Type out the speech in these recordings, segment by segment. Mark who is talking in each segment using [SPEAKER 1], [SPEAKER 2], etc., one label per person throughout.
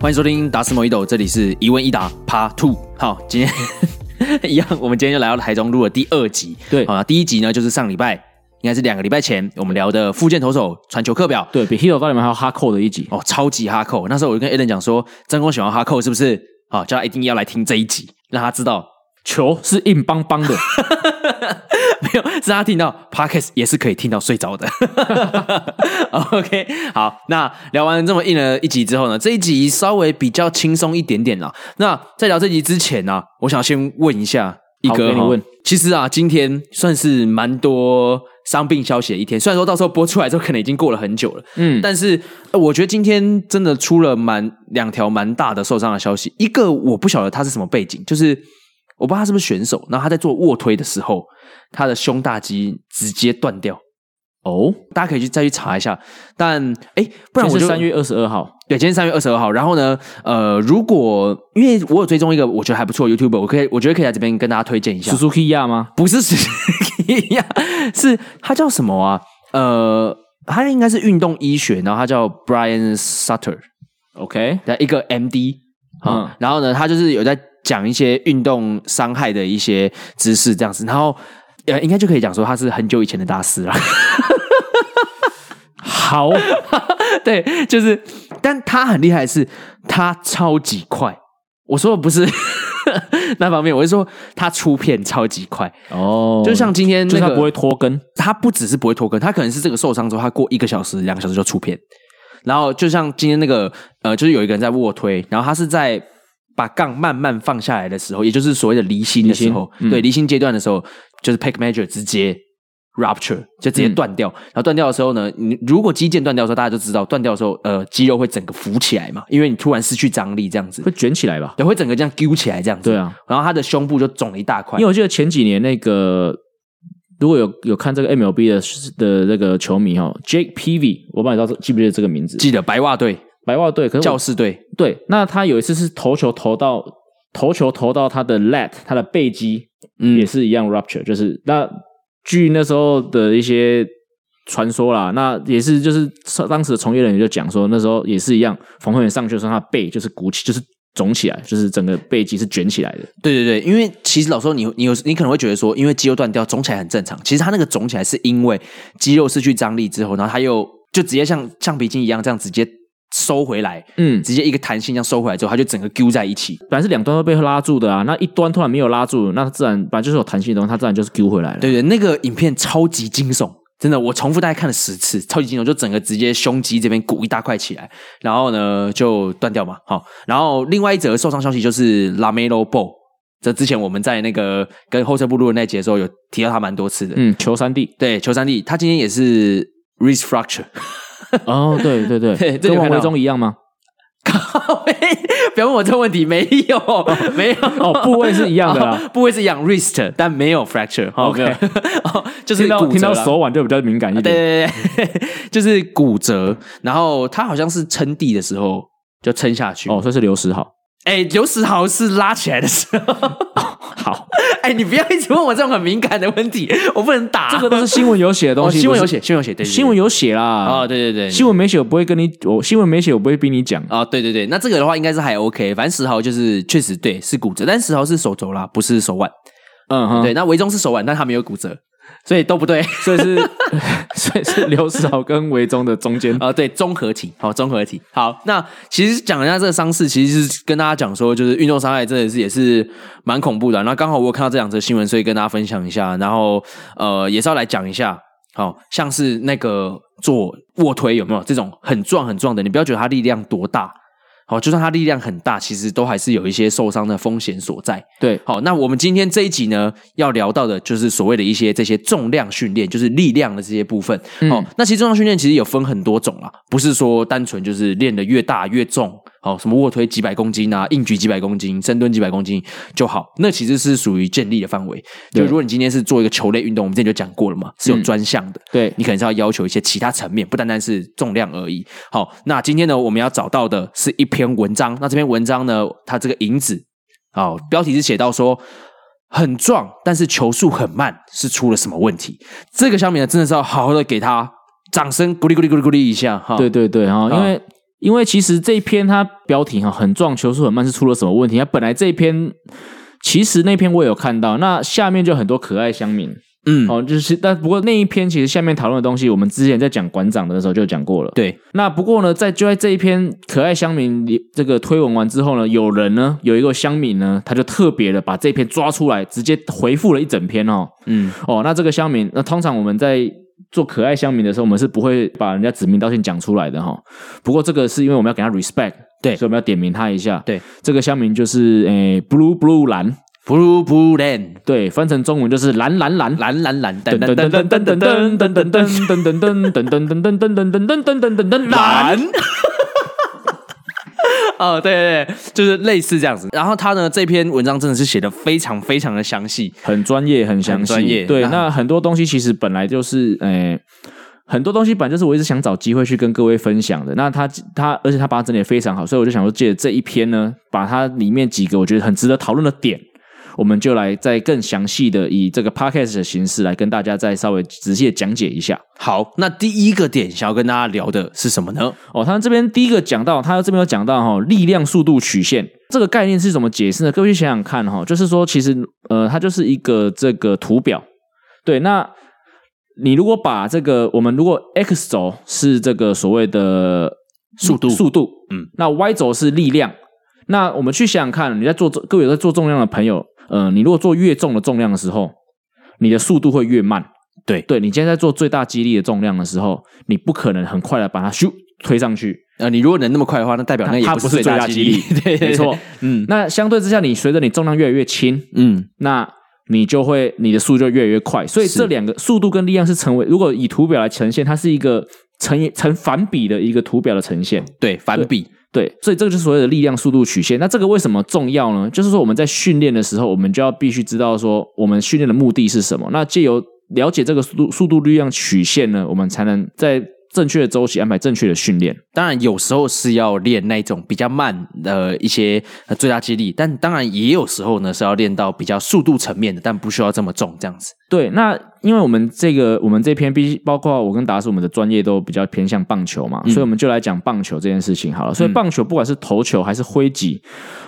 [SPEAKER 1] 欢迎收听《达斯摩伊斗》，这里是一问一答 Part Two。好，今天一样，我们今天就来到台中录了第二集。
[SPEAKER 2] 对
[SPEAKER 1] 好，那第一集呢，就是上礼拜，应该是两个礼拜前，我们聊的复健投手传球课表。
[SPEAKER 2] 对比《Hero 高》里面还要哈扣的一集。
[SPEAKER 1] 哦，超级哈扣。那时候我就跟 Alan 讲说，真空喜欢哈扣是不是？好，叫他一定要来听这一集，让他知道
[SPEAKER 2] 球是硬邦邦的，
[SPEAKER 1] 没有，是他听到 podcast 也是可以听到睡着的。OK，好，那聊完这么硬的一集之后呢，这一集稍微比较轻松一点点啦。那在聊这集之前呢、我想先问一下一
[SPEAKER 2] 好
[SPEAKER 1] 哥
[SPEAKER 2] 给你
[SPEAKER 1] 哈
[SPEAKER 2] 问，
[SPEAKER 1] 其实啊，今天算是蛮多伤病消息的一天，虽然说到时候播出来之后可能已经过了很久了，
[SPEAKER 2] 嗯，
[SPEAKER 1] 但是呃我觉得今天真的出了蛮两条蛮大的受伤的消息，一个我不晓得他是什么背景，就是我不知道他是不是选手，然后他在做卧推的时候，他的胸大肌直接断掉，
[SPEAKER 2] 哦，
[SPEAKER 1] 大家可以去再去查一下。但哎， 不
[SPEAKER 2] 不
[SPEAKER 1] 然我就
[SPEAKER 2] 三月二十二号，
[SPEAKER 1] 对，今天三月二十二号。然后呢，呃，如果因为我有追踪一个我觉得还不错的 YouTube，我可以我觉得可以在这边跟大家推荐一下，
[SPEAKER 2] Suzuki 亚吗？
[SPEAKER 1] 不是 Suzuki 呀，是他叫什么啊？呃，他应该是运动医学，然后他叫 Brian Sutter。
[SPEAKER 2] OK，
[SPEAKER 1] 的一个 MD 啊、
[SPEAKER 2] 嗯
[SPEAKER 1] 然后呢，他就是有在讲一些运动伤害的一些知识这样子，然后呃，应该就可以讲说他是很久以前的大师了。
[SPEAKER 2] 好，
[SPEAKER 1] 对，就是，但他很厉害的是，他超级快。我说的不是 那方面，我是说他出片超级快，
[SPEAKER 2] 哦，
[SPEAKER 1] 就像今天
[SPEAKER 2] 就是
[SPEAKER 1] 那
[SPEAKER 2] 他
[SPEAKER 1] 个，
[SPEAKER 2] 不会拖更，
[SPEAKER 1] 他不只是不会脱跟，他可能是这个受伤之后，他过一个小时、两个小时就出片。然后就像今天那个，呃，就是有一个人在卧推，然后他是在把杠慢慢放下来的时候，也就是所谓的离心的时候，
[SPEAKER 2] 离心嗯
[SPEAKER 1] 对离心阶段的时候，就是 p i c k measure 直接 rupture 就直接断掉。然后断掉的时候呢，你如果肌腱断掉的时候，大家就知道断掉的时候，呃，肌肉会整个浮起来嘛，因为你突然失去张力这样子
[SPEAKER 2] 会，卷起来吧？
[SPEAKER 1] 对，会整个这样揪起来这样子。
[SPEAKER 2] 对啊，
[SPEAKER 1] 然后他的胸部就肿了一大块
[SPEAKER 2] 因为，我记得前几年那个，如果有有看这个 MLB 的的那个球迷哦，Jake Peavy，我不知道你知道记不记得这个名字？
[SPEAKER 1] 记得白袜队、
[SPEAKER 2] 白袜队，可是我
[SPEAKER 1] 教士队，
[SPEAKER 2] 对，那他有一次是投球投到投球投到他的 lat，他的背肌
[SPEAKER 1] 嗯
[SPEAKER 2] 也是一样 rupture，、就是那据那时候的一些传说啦，那也是就是当时的从业人员就讲说，那时候也是一样，防护员上去的时候，他的背就是鼓起，就是肿起来，就是整个背肌是卷起来的。
[SPEAKER 1] 对对对，因为其实老时候你你有你可能会觉得说，因为肌肉断掉肿起来很正常，其实它那个肿起来是因为肌肉失去张力之后，然后它又就直接像橡皮筋一样这样直接收回来，
[SPEAKER 2] 嗯，
[SPEAKER 1] 直接一个弹性这样收回来之后，它就整个揪在一起。
[SPEAKER 2] 本来是两端都被拉住的啊，那一端突然没有拉住，那自然本来就是有弹性的东西，它自然就是揪回来了。
[SPEAKER 1] 对对，那个影片超级惊悚，真的，我重复大概看了十次，超级惊悚，就整个直接胸肌这边鼓一大块起来，然后呢就断掉嘛，好，然后另外一则受伤消息就是拉梅洛 ball，这之前我们在那个跟后车部录的那节的时候有提到他蛮多次的，
[SPEAKER 2] 嗯，球三 D
[SPEAKER 1] 对，球三弟，他今天也是 restructure，
[SPEAKER 2] 哦，对对 对，
[SPEAKER 1] 对这
[SPEAKER 2] 跟
[SPEAKER 1] 就
[SPEAKER 2] 王
[SPEAKER 1] 看
[SPEAKER 2] 维
[SPEAKER 1] 到
[SPEAKER 2] 忠一样吗？
[SPEAKER 1] 不要问我这个问题，没有，没有，
[SPEAKER 2] 哦部位是一样的啦
[SPEAKER 1] 哦部位是一样 wrist，但没有 fracture，哦没
[SPEAKER 2] OK
[SPEAKER 1] 有哦就是
[SPEAKER 2] 听到
[SPEAKER 1] 骨折
[SPEAKER 2] 听到
[SPEAKER 1] 啦
[SPEAKER 2] 手腕就比较敏感一
[SPEAKER 1] 啊对
[SPEAKER 2] 点。
[SPEAKER 1] 对对对，就是骨折，然后他好像是撑地的时候就撑下去，
[SPEAKER 2] 哦，所以是刘石好。
[SPEAKER 1] 哎，刘石豪是拉起来的时候，
[SPEAKER 2] 好，
[SPEAKER 1] 哎，你不要一直问我这种很敏感的问题，我不能打，
[SPEAKER 2] 这个都是新闻有写的
[SPEAKER 1] 哦
[SPEAKER 2] 东西，
[SPEAKER 1] 新闻有
[SPEAKER 2] 不是，
[SPEAKER 1] 写，新闻有写，对，对对
[SPEAKER 2] 新闻有写啦。
[SPEAKER 1] 哦，对对对，
[SPEAKER 2] 新闻没写，我不会跟你，我新闻没写，我不会逼你讲。
[SPEAKER 1] 啊、对对对，那这个的话应该是还 OK，反正石豪就是确实对是骨折，但石豪是手肘啦，不是手腕。
[SPEAKER 2] 嗯哼，
[SPEAKER 1] 对，，那维中是手腕，但他没有骨折，所以都不对。
[SPEAKER 2] 所以是， 所以是刘世豪跟维中的中间。
[SPEAKER 1] 啊，对，综合体，好、综合体。好，那其实讲一下这个伤势，其实是跟大家讲说，就是运动伤害真的是也是蛮恐怖的。啊那刚好我有看到这两则新闻，所以跟大家分享一下。然后呃，也是要来讲一下，好、像是那个做卧推有没有这种很壮很壮的？你不要觉得他力量多大。好，就算他力量很大，其实都还是有一些受伤的风险所在。
[SPEAKER 2] 对，
[SPEAKER 1] 好，那我们今天这一集呢，要聊到的就是所谓的一些这些重量训练，就是力量的这些部分。好、
[SPEAKER 2] 嗯
[SPEAKER 1] 那其实重量训练其实有分很多种啦，不是说单纯就是练的越大越重，好、什么卧推几百公斤啊，硬举几百公斤，深蹲几百公斤就好。那其实是属于建立的范围。就
[SPEAKER 2] 对
[SPEAKER 1] 如果你今天是做一个球类运动，我们之前就讲过了嘛，是有
[SPEAKER 2] 嗯
[SPEAKER 1] 专项的。
[SPEAKER 2] 对
[SPEAKER 1] 你可能是要要求一些其他层面，不单单是重量而已。好，那今天呢，我们要找到的是一篇文章。那这篇文章呢，它这个引子，哦好、标题是写到说很壮，但是球速很慢，是出了什么问题？这个小米呢，真的是要好好的给他掌声，鼓励鼓励鼓励鼓励一下哈。
[SPEAKER 2] 对对对哈，
[SPEAKER 1] 啊
[SPEAKER 2] 因为因为其实这一篇它标题哈很撞，球速很慢是出了什么问题？它本来这一篇其实那篇我有看到，那下面就很多可爱乡民
[SPEAKER 1] 嗯，
[SPEAKER 2] 哦，就是但不过那一篇其实下面讨论的东西，我们之前在讲馆长的时候就讲过了。
[SPEAKER 1] 对，
[SPEAKER 2] 那不过呢，在就在这一篇可爱乡民里这个推文完之后呢，有人呢有一个乡民呢，他就特别的把这篇抓出来，直接回复了一整篇哦。
[SPEAKER 1] 嗯，
[SPEAKER 2] 哦，那这个乡民，那通常我们在做可爱乡民的时候，我们是不会把人家指名道姓讲出来的哈、不过这个是因为我们要给他 respect，
[SPEAKER 1] 对
[SPEAKER 2] 所以我们要点名他一下。
[SPEAKER 1] 对，
[SPEAKER 2] 这个乡民就是诶 blue blue 蓝，
[SPEAKER 1] blue blue land
[SPEAKER 2] 对，翻成中文就是蓝蓝蓝。
[SPEAKER 1] 蓝蓝蓝
[SPEAKER 2] 噔
[SPEAKER 1] 等
[SPEAKER 2] 噔
[SPEAKER 1] 等等
[SPEAKER 2] 噔
[SPEAKER 1] 等
[SPEAKER 2] 噔
[SPEAKER 1] 等等等
[SPEAKER 2] 噔噔噔噔噔噔噔噔噔噔噔噔噔噔噔噔噔噔蓝，
[SPEAKER 1] 蓝。 哦，对对对，就是类似这样子。然后他呢，这篇文章真的是写的非常非常的详细，
[SPEAKER 2] 很专业，很详
[SPEAKER 1] 很
[SPEAKER 2] 细。
[SPEAKER 1] 专业
[SPEAKER 2] 对，
[SPEAKER 1] 那
[SPEAKER 2] 那很多东西其实本来就是，诶、很多东西本来就是我一直想找机会去跟各位分享的。那他他，而且他把它整理得非常好，所以我就想说，借着这一篇呢，把它里面几个我觉得很值得讨论的点，我们就来再更详细的以这个 podcast 的形式来跟大家再稍微仔细的讲解一下。
[SPEAKER 1] 好，那第一个点想要跟大家聊的是什么呢？
[SPEAKER 2] 哦，他这边第一个讲到，他这边有讲到哈、力量速度曲线这个概念是怎么解释呢？各位去想想看哈、就是说，其实呃，它就是一个这个图表。对，那你如果把这个，我们如果 x 轴是这个所谓的
[SPEAKER 1] 速度
[SPEAKER 2] 速度，
[SPEAKER 1] 嗯，
[SPEAKER 2] 那 y 轴是力量。那我们去想想看，你在做各位有在做重量的朋友，呃，你如果做越重的重量的时候，你的速度会越慢。
[SPEAKER 1] 对
[SPEAKER 2] 对你今天在做最大肌力的重量的时候，你不可能很快的把它咻推上去，
[SPEAKER 1] 呃，你如果能那么快的话，那代表那也
[SPEAKER 2] 它
[SPEAKER 1] 是
[SPEAKER 2] 是
[SPEAKER 1] 最
[SPEAKER 2] 大
[SPEAKER 1] 肌，
[SPEAKER 2] 力
[SPEAKER 1] 对，对
[SPEAKER 2] 没错。。
[SPEAKER 1] 嗯
[SPEAKER 2] 那相对之下，你随着你重量越来越轻，
[SPEAKER 1] 嗯，
[SPEAKER 2] 那你就会你的速度就越来越快。所以
[SPEAKER 1] 是
[SPEAKER 2] 这两个速度跟力量是成为，如果以图表来呈现，它是一个成以成反比的一个图表的呈现。
[SPEAKER 1] 对，反比，
[SPEAKER 2] 对，所以这个就是所谓的力量速度曲线。那这个为什么重要呢？就是说我们在训练的时候，我们就要必须知道说我们训练的目的是什么。那借由了解这个速度速度力量曲线呢，我们才能在正确的周期安排正确的训练。
[SPEAKER 1] 当然有时候是要练那种比较慢的一些呃最大肌力，但当然也有时候呢是要练到比较速度层面的，但不需要这么重这样子。
[SPEAKER 2] 对，那因为我们这个我们这篇毕包括我跟达叔，我们的专业都比较偏向棒球嘛，
[SPEAKER 1] 嗯
[SPEAKER 2] 所以我们就来讲棒球这件事情好了。所以棒球不管是投球还是挥击，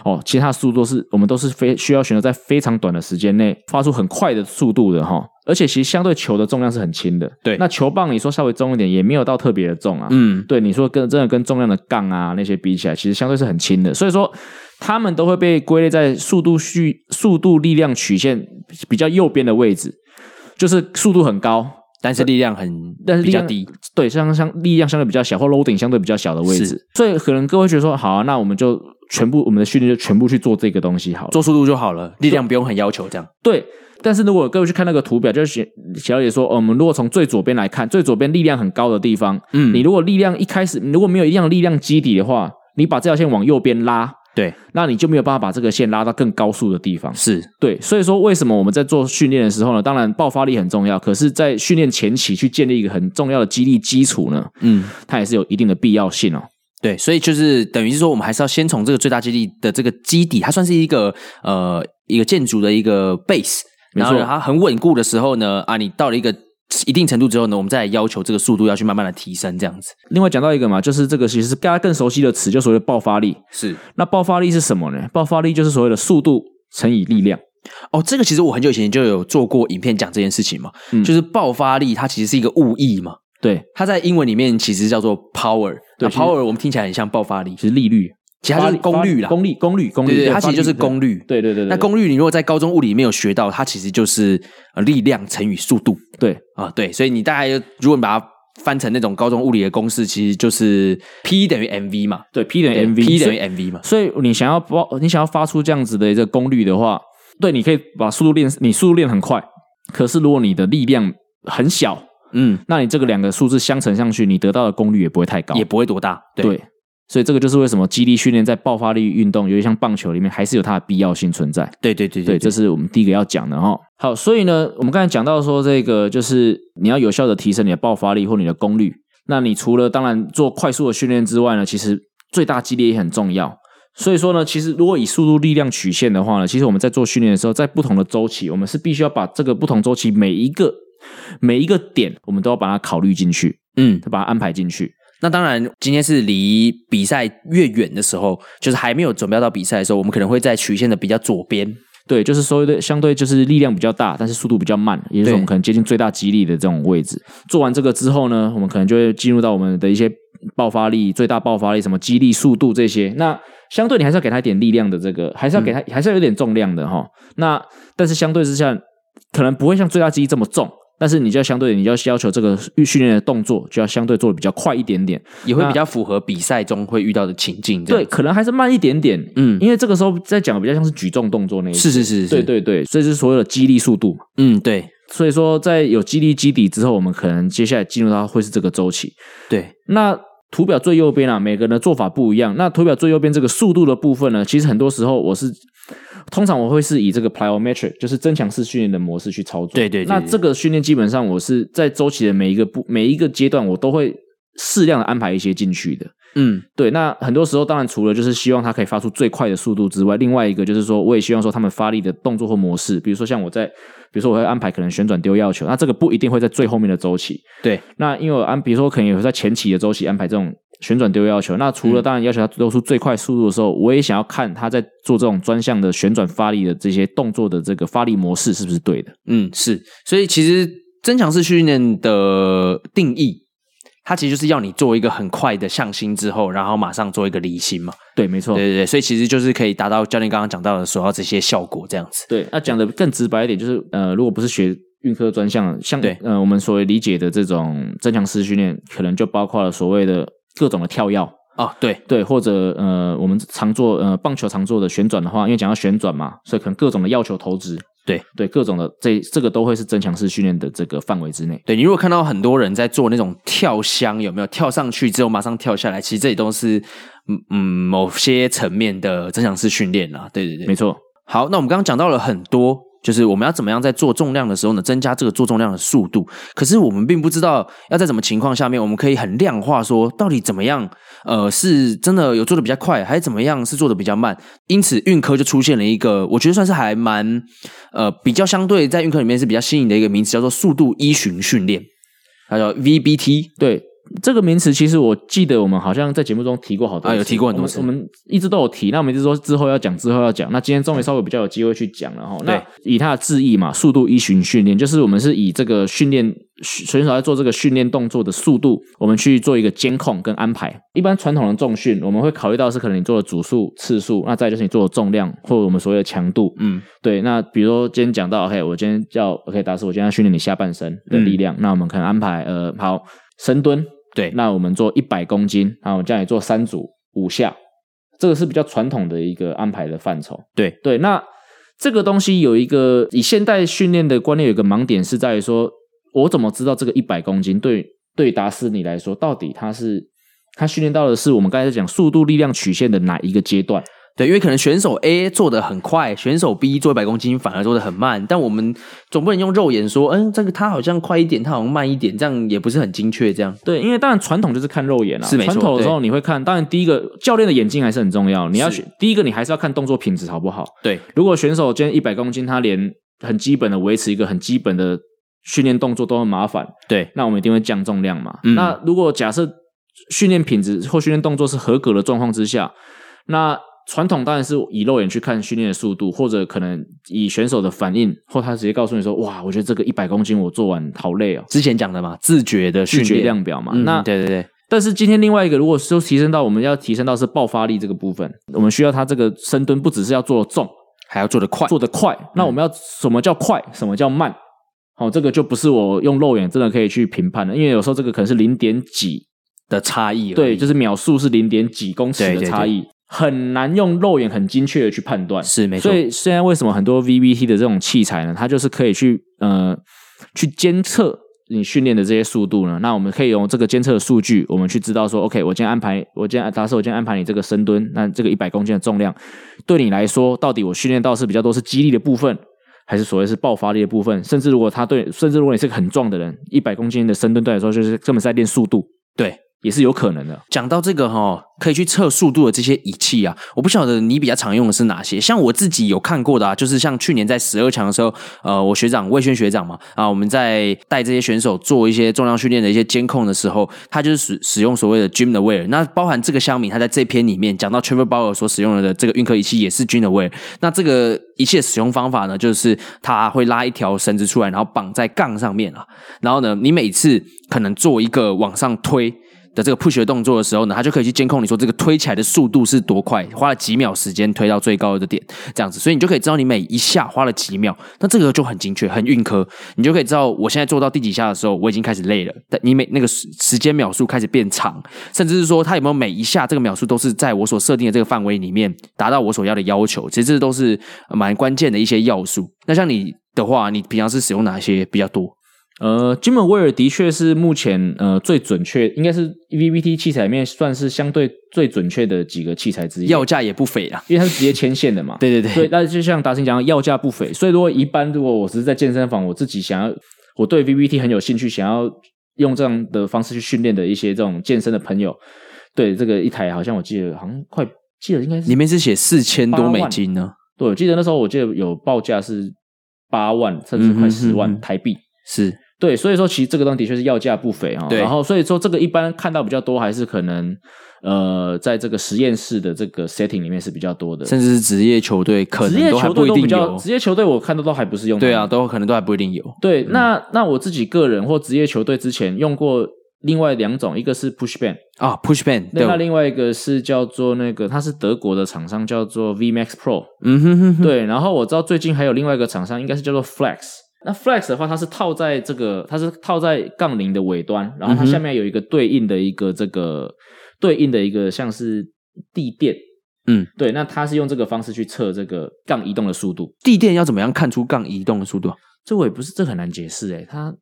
[SPEAKER 2] 哦，其实它的速度是我们都是非需要选择在非常短的时间内发出很快的速度的哈。而且其实相对球的重量是很轻的，
[SPEAKER 1] 对
[SPEAKER 2] 那球棒你说稍微重一点，也没有到特别的重啊，
[SPEAKER 1] 嗯，
[SPEAKER 2] 对，你说跟真的跟重量的杠啊那些比起来，其实相对是很轻的，所以说他们都会被归类在速度序、速度力量曲线比较右边的位置，就是速度很高，
[SPEAKER 1] 但是力量很
[SPEAKER 2] 但是
[SPEAKER 1] 比
[SPEAKER 2] 力
[SPEAKER 1] 较
[SPEAKER 2] 量
[SPEAKER 1] 低，，
[SPEAKER 2] 对，相相力量相对比较小，或 loading 相对比较小的位置
[SPEAKER 1] 是，
[SPEAKER 2] 所以可能各位觉得说，好、啊，那我们就全部我们的训练就全部去做这个东西好了，
[SPEAKER 1] 做速度就好了，力量不用很要求这样。
[SPEAKER 2] 对，但是如果各位去看那个图表，就是写小姐说、哦，我们如果从最左边来看，最左边力量很高的地方，
[SPEAKER 1] 嗯
[SPEAKER 2] 你如果力量一开始你如果没有一样的力量基底的话，你把这条线往右边拉，
[SPEAKER 1] 对，
[SPEAKER 2] 那你就没有办法把这个线拉到更高速的地方。
[SPEAKER 1] 是
[SPEAKER 2] 对，所以说为什么我们在做训练的时候呢？当然爆发力很重要，可是，在训练前期去建立一个很重要的激励基础呢，
[SPEAKER 1] 嗯，
[SPEAKER 2] 它也是有一定的必要性哦。
[SPEAKER 1] 对，所以就是等于是说，我们还是要先从这个最大基地的这个基底，它算是一个呃一个建筑的一个 base，
[SPEAKER 2] 没
[SPEAKER 1] 然
[SPEAKER 2] 错
[SPEAKER 1] 后它很稳固的时候呢，啊，你到了一个一定程度之后呢，我们再来要求这个速度要去慢慢的提升，这样子
[SPEAKER 2] 另外讲到一个嘛，就是这个其实是大家更熟悉的词，就所谓的爆发力。
[SPEAKER 1] 是
[SPEAKER 2] 那爆发力是什么呢？爆发力就是所谓的速度乘以力量。
[SPEAKER 1] 哦。这个其实我很久以前就有做过影片讲这件事情嘛，
[SPEAKER 2] 嗯
[SPEAKER 1] 就是爆发力它其实是一个物义嘛，
[SPEAKER 2] 对，
[SPEAKER 1] 它在英文里面其实叫做 power，
[SPEAKER 2] 对
[SPEAKER 1] 那
[SPEAKER 2] 其实
[SPEAKER 1] power 我们听起来很像爆发力，
[SPEAKER 2] 其实利率，
[SPEAKER 1] 其实它就是
[SPEAKER 2] 发
[SPEAKER 1] 功率啦，
[SPEAKER 2] 功率，功率，功率，
[SPEAKER 1] 对对，它其
[SPEAKER 2] 发
[SPEAKER 1] 实
[SPEAKER 2] 力
[SPEAKER 1] 就是功率，
[SPEAKER 2] 对对对对，
[SPEAKER 1] 那功率，你如果在高中物理没有学到，它其实就是呃力量乘以速度
[SPEAKER 2] 对
[SPEAKER 1] 啊，对，所以你大概如果你把它翻成那种高中物理的公式，其实就是 P 等于 mv 嘛
[SPEAKER 2] 对 P 等于
[SPEAKER 1] 对
[SPEAKER 2] mv
[SPEAKER 1] ，P 等于
[SPEAKER 2] 所以
[SPEAKER 1] mv 嘛，
[SPEAKER 2] 所以你想要爆，你想要发出这样子的一个功率的话，对，你可以把速度练，你速度练很快，可是如果你的力量很小，
[SPEAKER 1] 嗯，
[SPEAKER 2] 那你这个两个数字相乘上去，你得到的功率也不会太高，
[SPEAKER 1] 也不会多大，对，
[SPEAKER 2] 对。所以这个就是为什么肌力训练在爆发力运动，尤其像棒球里面，还是有它的必要性存在。
[SPEAKER 1] 对对对
[SPEAKER 2] 对，这是我们第一个要讲的哈。好，所以呢，我们刚才讲到说，这个就是你要有效的提升你的爆发力或你的功率。那你除了当然做快速的训练之外呢，其实最大激烈也很重要。所以说呢，其实如果以速度力量曲线的话呢，其实我们在做训练的时候，在不同的周期，我们是必须要把这个不同周期每一个每一个点，我们都要把它考虑进去，
[SPEAKER 1] 嗯，
[SPEAKER 2] 把它安排进去。
[SPEAKER 1] 那当然，今天是离比赛越远的时候，就是还没有准备到比赛的时候，我们可能会在曲线的比较左边。
[SPEAKER 2] 对，就是所谓的相对就是力量比较大，但是速度比较慢，也就是
[SPEAKER 1] 对
[SPEAKER 2] 我们可能接近最大肌力的这种位置。做完这个之后呢，我们可能就会进入到我们的一些爆发力、最大爆发力、什么肌力、速度这些。那相对你还是要给他一点力量的，这个还是要
[SPEAKER 1] 嗯
[SPEAKER 2] 给他，还是要有点重量的哈。那但是相对之下，可能不会像最大肌力这么重。但是你就要相对，你就要要求这个训练的动作就要相对做的比较快一点点，
[SPEAKER 1] 也会比较符合比赛中会遇到的情境。这
[SPEAKER 2] 啊对，
[SPEAKER 1] 样，
[SPEAKER 2] 可能还是慢一点点，
[SPEAKER 1] 嗯，
[SPEAKER 2] 因为这个时候在讲比较像是举重动作那一种，
[SPEAKER 1] 是是是是，
[SPEAKER 2] 对，对对，所以是所谓的肌力速度嘛。
[SPEAKER 1] 嗯，对
[SPEAKER 2] 所以说，在有激励基底之后，我们可能接下来进入到会是这个周期。
[SPEAKER 1] 对，
[SPEAKER 2] 那图表最右边啊，每个人的做法不一样。那图表最右边这个速度的部分呢，其实很多时候我是通常我会是以这个 plyometric，就是增强式训练的模式去操作。
[SPEAKER 1] 对对对
[SPEAKER 2] 那
[SPEAKER 1] 对
[SPEAKER 2] 这个训练基本上我是在周期的每一个步每一个阶段，我都会适量的安排一些进去的。
[SPEAKER 1] 嗯，
[SPEAKER 2] 对，那很多时候当然除了就是希望他可以发出最快的速度之外，另外一个就是说，我也希望说他们发力的动作或模式，比如说像我在，比如说我会安排可能旋转丢药球，那这个不一定会在最后面的周期。
[SPEAKER 1] 对，
[SPEAKER 2] 那因为我安，比如说我可能也会在前期的周期安排这种旋转丢要求。那除
[SPEAKER 1] 嗯
[SPEAKER 2] 了当然要求他做出最快速度的时候，我也想要看他在做这种专项的旋转发力的这些动作的这个发力模式是不是对的。
[SPEAKER 1] 嗯，是，所以其实增强式训练的定义，它其实就是要你做一个很快的向心之后，然后马上做一个离心嘛。
[SPEAKER 2] 对，没错。
[SPEAKER 1] 对对对，所以其实就是可以达到教练刚刚讲到的所要这些效果这样子。
[SPEAKER 2] 对，那讲的更直白一点，就是呃，如果不是学运科专项，像
[SPEAKER 1] 对
[SPEAKER 2] 呃我们所谓理解的这种增强式训练，可能就包括了所谓的各种的跳跃，
[SPEAKER 1] 哦，对，
[SPEAKER 2] 对，或者呃我们常做呃棒球常做的旋转的话，因为讲到旋转嘛，所以可能各种的要球投掷，
[SPEAKER 1] 对
[SPEAKER 2] 对，各种的这这个都会是增强式训练的这个范围之内。
[SPEAKER 1] 对你如果看到很多人在做那种跳箱，有没有跳上去之后马上跳下来？其实这也都是嗯嗯某些层面的增强式训练啦。对对
[SPEAKER 2] 没
[SPEAKER 1] 对，
[SPEAKER 2] 错，
[SPEAKER 1] 好，那我们刚刚讲到了很多，就是我们要怎么样在做重量的时候呢，增加这个做重量的速度。可是我们并不知道要在什么情况下面，我们可以很量化说到底怎么样，呃，是真的有做的比较快，还是怎么样是做的比较慢。因此，运科就出现了一个我觉得算是还蛮呃比较相对在运科里面是比较新颖的一个名词，叫做速度依循训练，它叫 VBT。
[SPEAKER 2] 对。这个名词其实我记得我们好像在节目中提过好多
[SPEAKER 1] 啊有
[SPEAKER 2] 次
[SPEAKER 1] 提过很多
[SPEAKER 2] 我们
[SPEAKER 1] 次
[SPEAKER 2] 我们一直都有提。那我们一直说之后要讲，之后要讲。那今天终于稍微比较有机会去讲了哈。那
[SPEAKER 1] 嗯对
[SPEAKER 2] 以它的字义嘛，速度依循训练，就是我们是以这个训练选手在做这个训练动作的速度，我们去做一个监控跟安排。一般传统的重训，我们会考虑到是可能你做的组数、次数，那再就是你做的重量或者我们所谓的强度。
[SPEAKER 1] 嗯，
[SPEAKER 2] 对，那比如说今天讲到，OK，我今天要 OK 达斯，我今天要训练你下半身的
[SPEAKER 1] 嗯
[SPEAKER 2] 力量，那我们可能安排呃，好深蹲，
[SPEAKER 1] 对
[SPEAKER 2] 那我们做一百公斤，然后我叫你做三组五下，这个是比较传统的一个安排的范畴。
[SPEAKER 1] 对
[SPEAKER 2] 对，那这个东西有一个以现代训练的观念有一个盲点是在于说，我怎么知道这个一百公斤对对达斯你来说到底它是它训练到的是我们刚才讲速度力量曲线的哪一个阶段？
[SPEAKER 1] 对，因为可能选手 A 做的很快，选手 B 做一百公斤反而做的很慢，但我们总不能用肉眼说，嗯，这个他好像快一点，他好像慢一点，这样也不是很精确。这样，
[SPEAKER 2] 对，因为当然传统就是看肉眼啦，
[SPEAKER 1] 是没错
[SPEAKER 2] 传统的时候你会看，当然第一个教练的眼睛还是很重要，你要
[SPEAKER 1] 是
[SPEAKER 2] 选第一个你还是要看动作品质好不好。
[SPEAKER 1] 对
[SPEAKER 2] 如果选手今天一百公斤，他连很基本的维持一个很基本的训练动作都很麻烦，
[SPEAKER 1] 对
[SPEAKER 2] 那我们一定会降重量嘛。
[SPEAKER 1] 嗯
[SPEAKER 2] 那如果假设训练品质或训练动作是合格的状况之下，那传统当然是以肉眼去看训练的速度，或者可能以选手的反应，或他直接告诉你说：“哇，我觉得这个一百公斤我做完好累哦。”
[SPEAKER 1] 之前讲的嘛，自觉的
[SPEAKER 2] 拒
[SPEAKER 1] 训
[SPEAKER 2] 绝
[SPEAKER 1] 练
[SPEAKER 2] 量表嘛，
[SPEAKER 1] 嗯
[SPEAKER 2] 那
[SPEAKER 1] 对对对，
[SPEAKER 2] 但是今天另外一个，如果说提升到我们要提升到是爆发力这个部分，我们需要他这个深蹲不只是要做重，
[SPEAKER 1] 还要做的快，
[SPEAKER 2] 做得快。那我们要什么叫快，什么叫慢？好、这个就不是我用肉眼真的可以去评判的，因为有时候这个可能是零点几，
[SPEAKER 1] 的差异而已。
[SPEAKER 2] 对，就是秒数是零点几公尺
[SPEAKER 1] 对
[SPEAKER 2] 的
[SPEAKER 1] 对
[SPEAKER 2] 差异，很难用肉眼很精确的去判断。
[SPEAKER 1] 是没错
[SPEAKER 2] 所，以现在为什么很多 VBT 的这种器材呢，它就是可以去呃去监测你训练的这些速度呢？那我们可以用这个监测的数据，我们去知道说，OK，我今天安排，我今天假设我今天安排你这个深蹲，那这个一百公斤的重量，对你来说，到底我训练到是比较多是肌力的部分，还是所谓是爆发力的部分？甚至如果他对，甚至如果你是个很壮的人，一百公斤的深蹲对来说就是根本是在练速度，
[SPEAKER 1] 对，
[SPEAKER 2] 也是有可能的。
[SPEAKER 1] 讲到这个哈、可以去测速度的这些仪器啊，我不晓得你比较常用的是哪些。像我自己有看过的啊，就是像去年在十二强的时候，呃，我学长魏轩学长嘛，啊，我们在带这些选手做一些重量训练的一些监控的时候，他就是使使用所谓的 Gym Aware。那包含这个乡民，他在这篇里面讲到 Trevor Bauer 所使用的这个运科仪器也是 Gym Aware。那这个仪器的使用方法呢，就是他会拉一条绳子出来，然后绑在杠上面啊，然后呢，你每次可能做一个往上推。的这个 push 的动作的时候呢，它就可以去监控你说这个推起来的速度是多快，花了几秒时间推到最高的点，这样子，所以你就可以知道你每一下花了几秒，那这个就很精确，很运科，你就可以知道我现在做到第几下的时候，我已经开始累了，但你每那个时时间秒数开始变长，甚至是说它有没有每一下这个秒数都是在我所设定的这个范围里面达到我所要的要求，其实这都是呃蛮关键的一些要素。那像你的话，你平常是使用哪些比较多？
[SPEAKER 2] 呃 j i m w a r e 的确是目前呃最准确，应该是 VVT 器材里面算是相对最准确的几个器材之一，
[SPEAKER 1] 要价也不菲啊。
[SPEAKER 2] 因为它是直接牵线的嘛。
[SPEAKER 1] 对对
[SPEAKER 2] 所 以
[SPEAKER 1] 对，
[SPEAKER 2] 那就像达兴讲的，要价不菲。所以如果一般，如果我只是在健身房，我自己想要，我对 VVT 很有兴趣，想要用这样的方式去训练的一些这种健身的朋友，对这个一台好像我记得好像快记得应该是
[SPEAKER 1] 里面是写四千多美金呢、
[SPEAKER 2] 对，我记得那时候我记得有报价是八万甚至快十
[SPEAKER 1] 嗯
[SPEAKER 2] 万
[SPEAKER 1] 哼
[SPEAKER 2] 台币。
[SPEAKER 1] 是。
[SPEAKER 2] 对，所以说其实这个东西的确是要价不菲啊、
[SPEAKER 1] 对
[SPEAKER 2] 然后所以说这个一般看到比较多，还是可能呃，在这个实验室的这个 setting 里面是比较多的。
[SPEAKER 1] 甚至是职业球队，可
[SPEAKER 2] 呃职业
[SPEAKER 1] 能都还
[SPEAKER 2] 球
[SPEAKER 1] 不
[SPEAKER 2] 队
[SPEAKER 1] 一
[SPEAKER 2] 都比
[SPEAKER 1] 定
[SPEAKER 2] 较，
[SPEAKER 1] 有。
[SPEAKER 2] 职业嗯球队我看到都还不是用它
[SPEAKER 1] 对啊，都可嗯能都还不一定有。
[SPEAKER 2] 对，那那我自己个人或职业球队之前用过另外两种，一个是 Push Band，
[SPEAKER 1] 啊，push band，
[SPEAKER 2] 那那
[SPEAKER 1] 对，
[SPEAKER 2] 另外一个是叫做那个，它是德国的厂商叫做 VMax Pro，
[SPEAKER 1] 嗯哼哼哼，
[SPEAKER 2] 对，然后我知道最近还有另外一个厂商应该是叫做 Flex。那 Flex 的话，它是套在这个，它是套在杠铃的尾端，然后它
[SPEAKER 1] 嗯哼
[SPEAKER 2] 下面有一个对应的一个这个、对应的一个像是地垫，
[SPEAKER 1] 嗯，
[SPEAKER 2] 对，那它是用这个方式去测这个杠移动的速度。
[SPEAKER 1] 地垫要怎么样看出杠移动的速度啊？
[SPEAKER 2] 这我也不是，这很难解释诶，它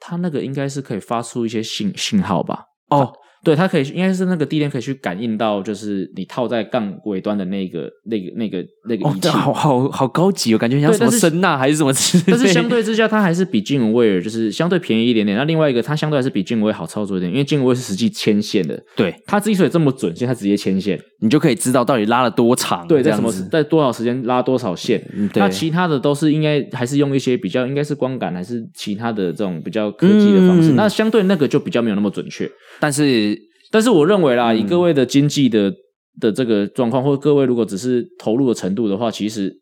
[SPEAKER 2] 它那个应该是可以发出一些信信号吧？
[SPEAKER 1] 哦，
[SPEAKER 2] 对，它可以应该是那个地垫可以去感应到，就是你套在杠尾端的那个那个那个那个
[SPEAKER 1] 哦
[SPEAKER 2] 仪，器。
[SPEAKER 1] 这好好好高级哦，感觉像
[SPEAKER 2] 对
[SPEAKER 1] 什么
[SPEAKER 2] 但是
[SPEAKER 1] 声呐还是什么之类
[SPEAKER 2] 但是相对之下，它还是比静文威尔就是相对便宜一点点。那另外一个，它相对还是比静文威尔好操作一点，因为静文威尔是实际牵线的。
[SPEAKER 1] 对
[SPEAKER 2] 它之所以这么准，是因为它直接牵线，
[SPEAKER 1] 你就可以知道到底拉了多长，
[SPEAKER 2] 对，
[SPEAKER 1] 哦这
[SPEAKER 2] 在
[SPEAKER 1] 样
[SPEAKER 2] 什么
[SPEAKER 1] 子。
[SPEAKER 2] 在多少时间拉多少线。
[SPEAKER 1] 嗯对
[SPEAKER 2] 那其他的都是应该还是用一些比较应该是光感还是其他的这种比较科技的方式。
[SPEAKER 1] 嗯
[SPEAKER 2] 那相对那个就比较没有那么准确。
[SPEAKER 1] 但是嗯
[SPEAKER 2] 但是我认为啦，以各位的经济的的这个状况，或各位如果只是投入的程度的话，其实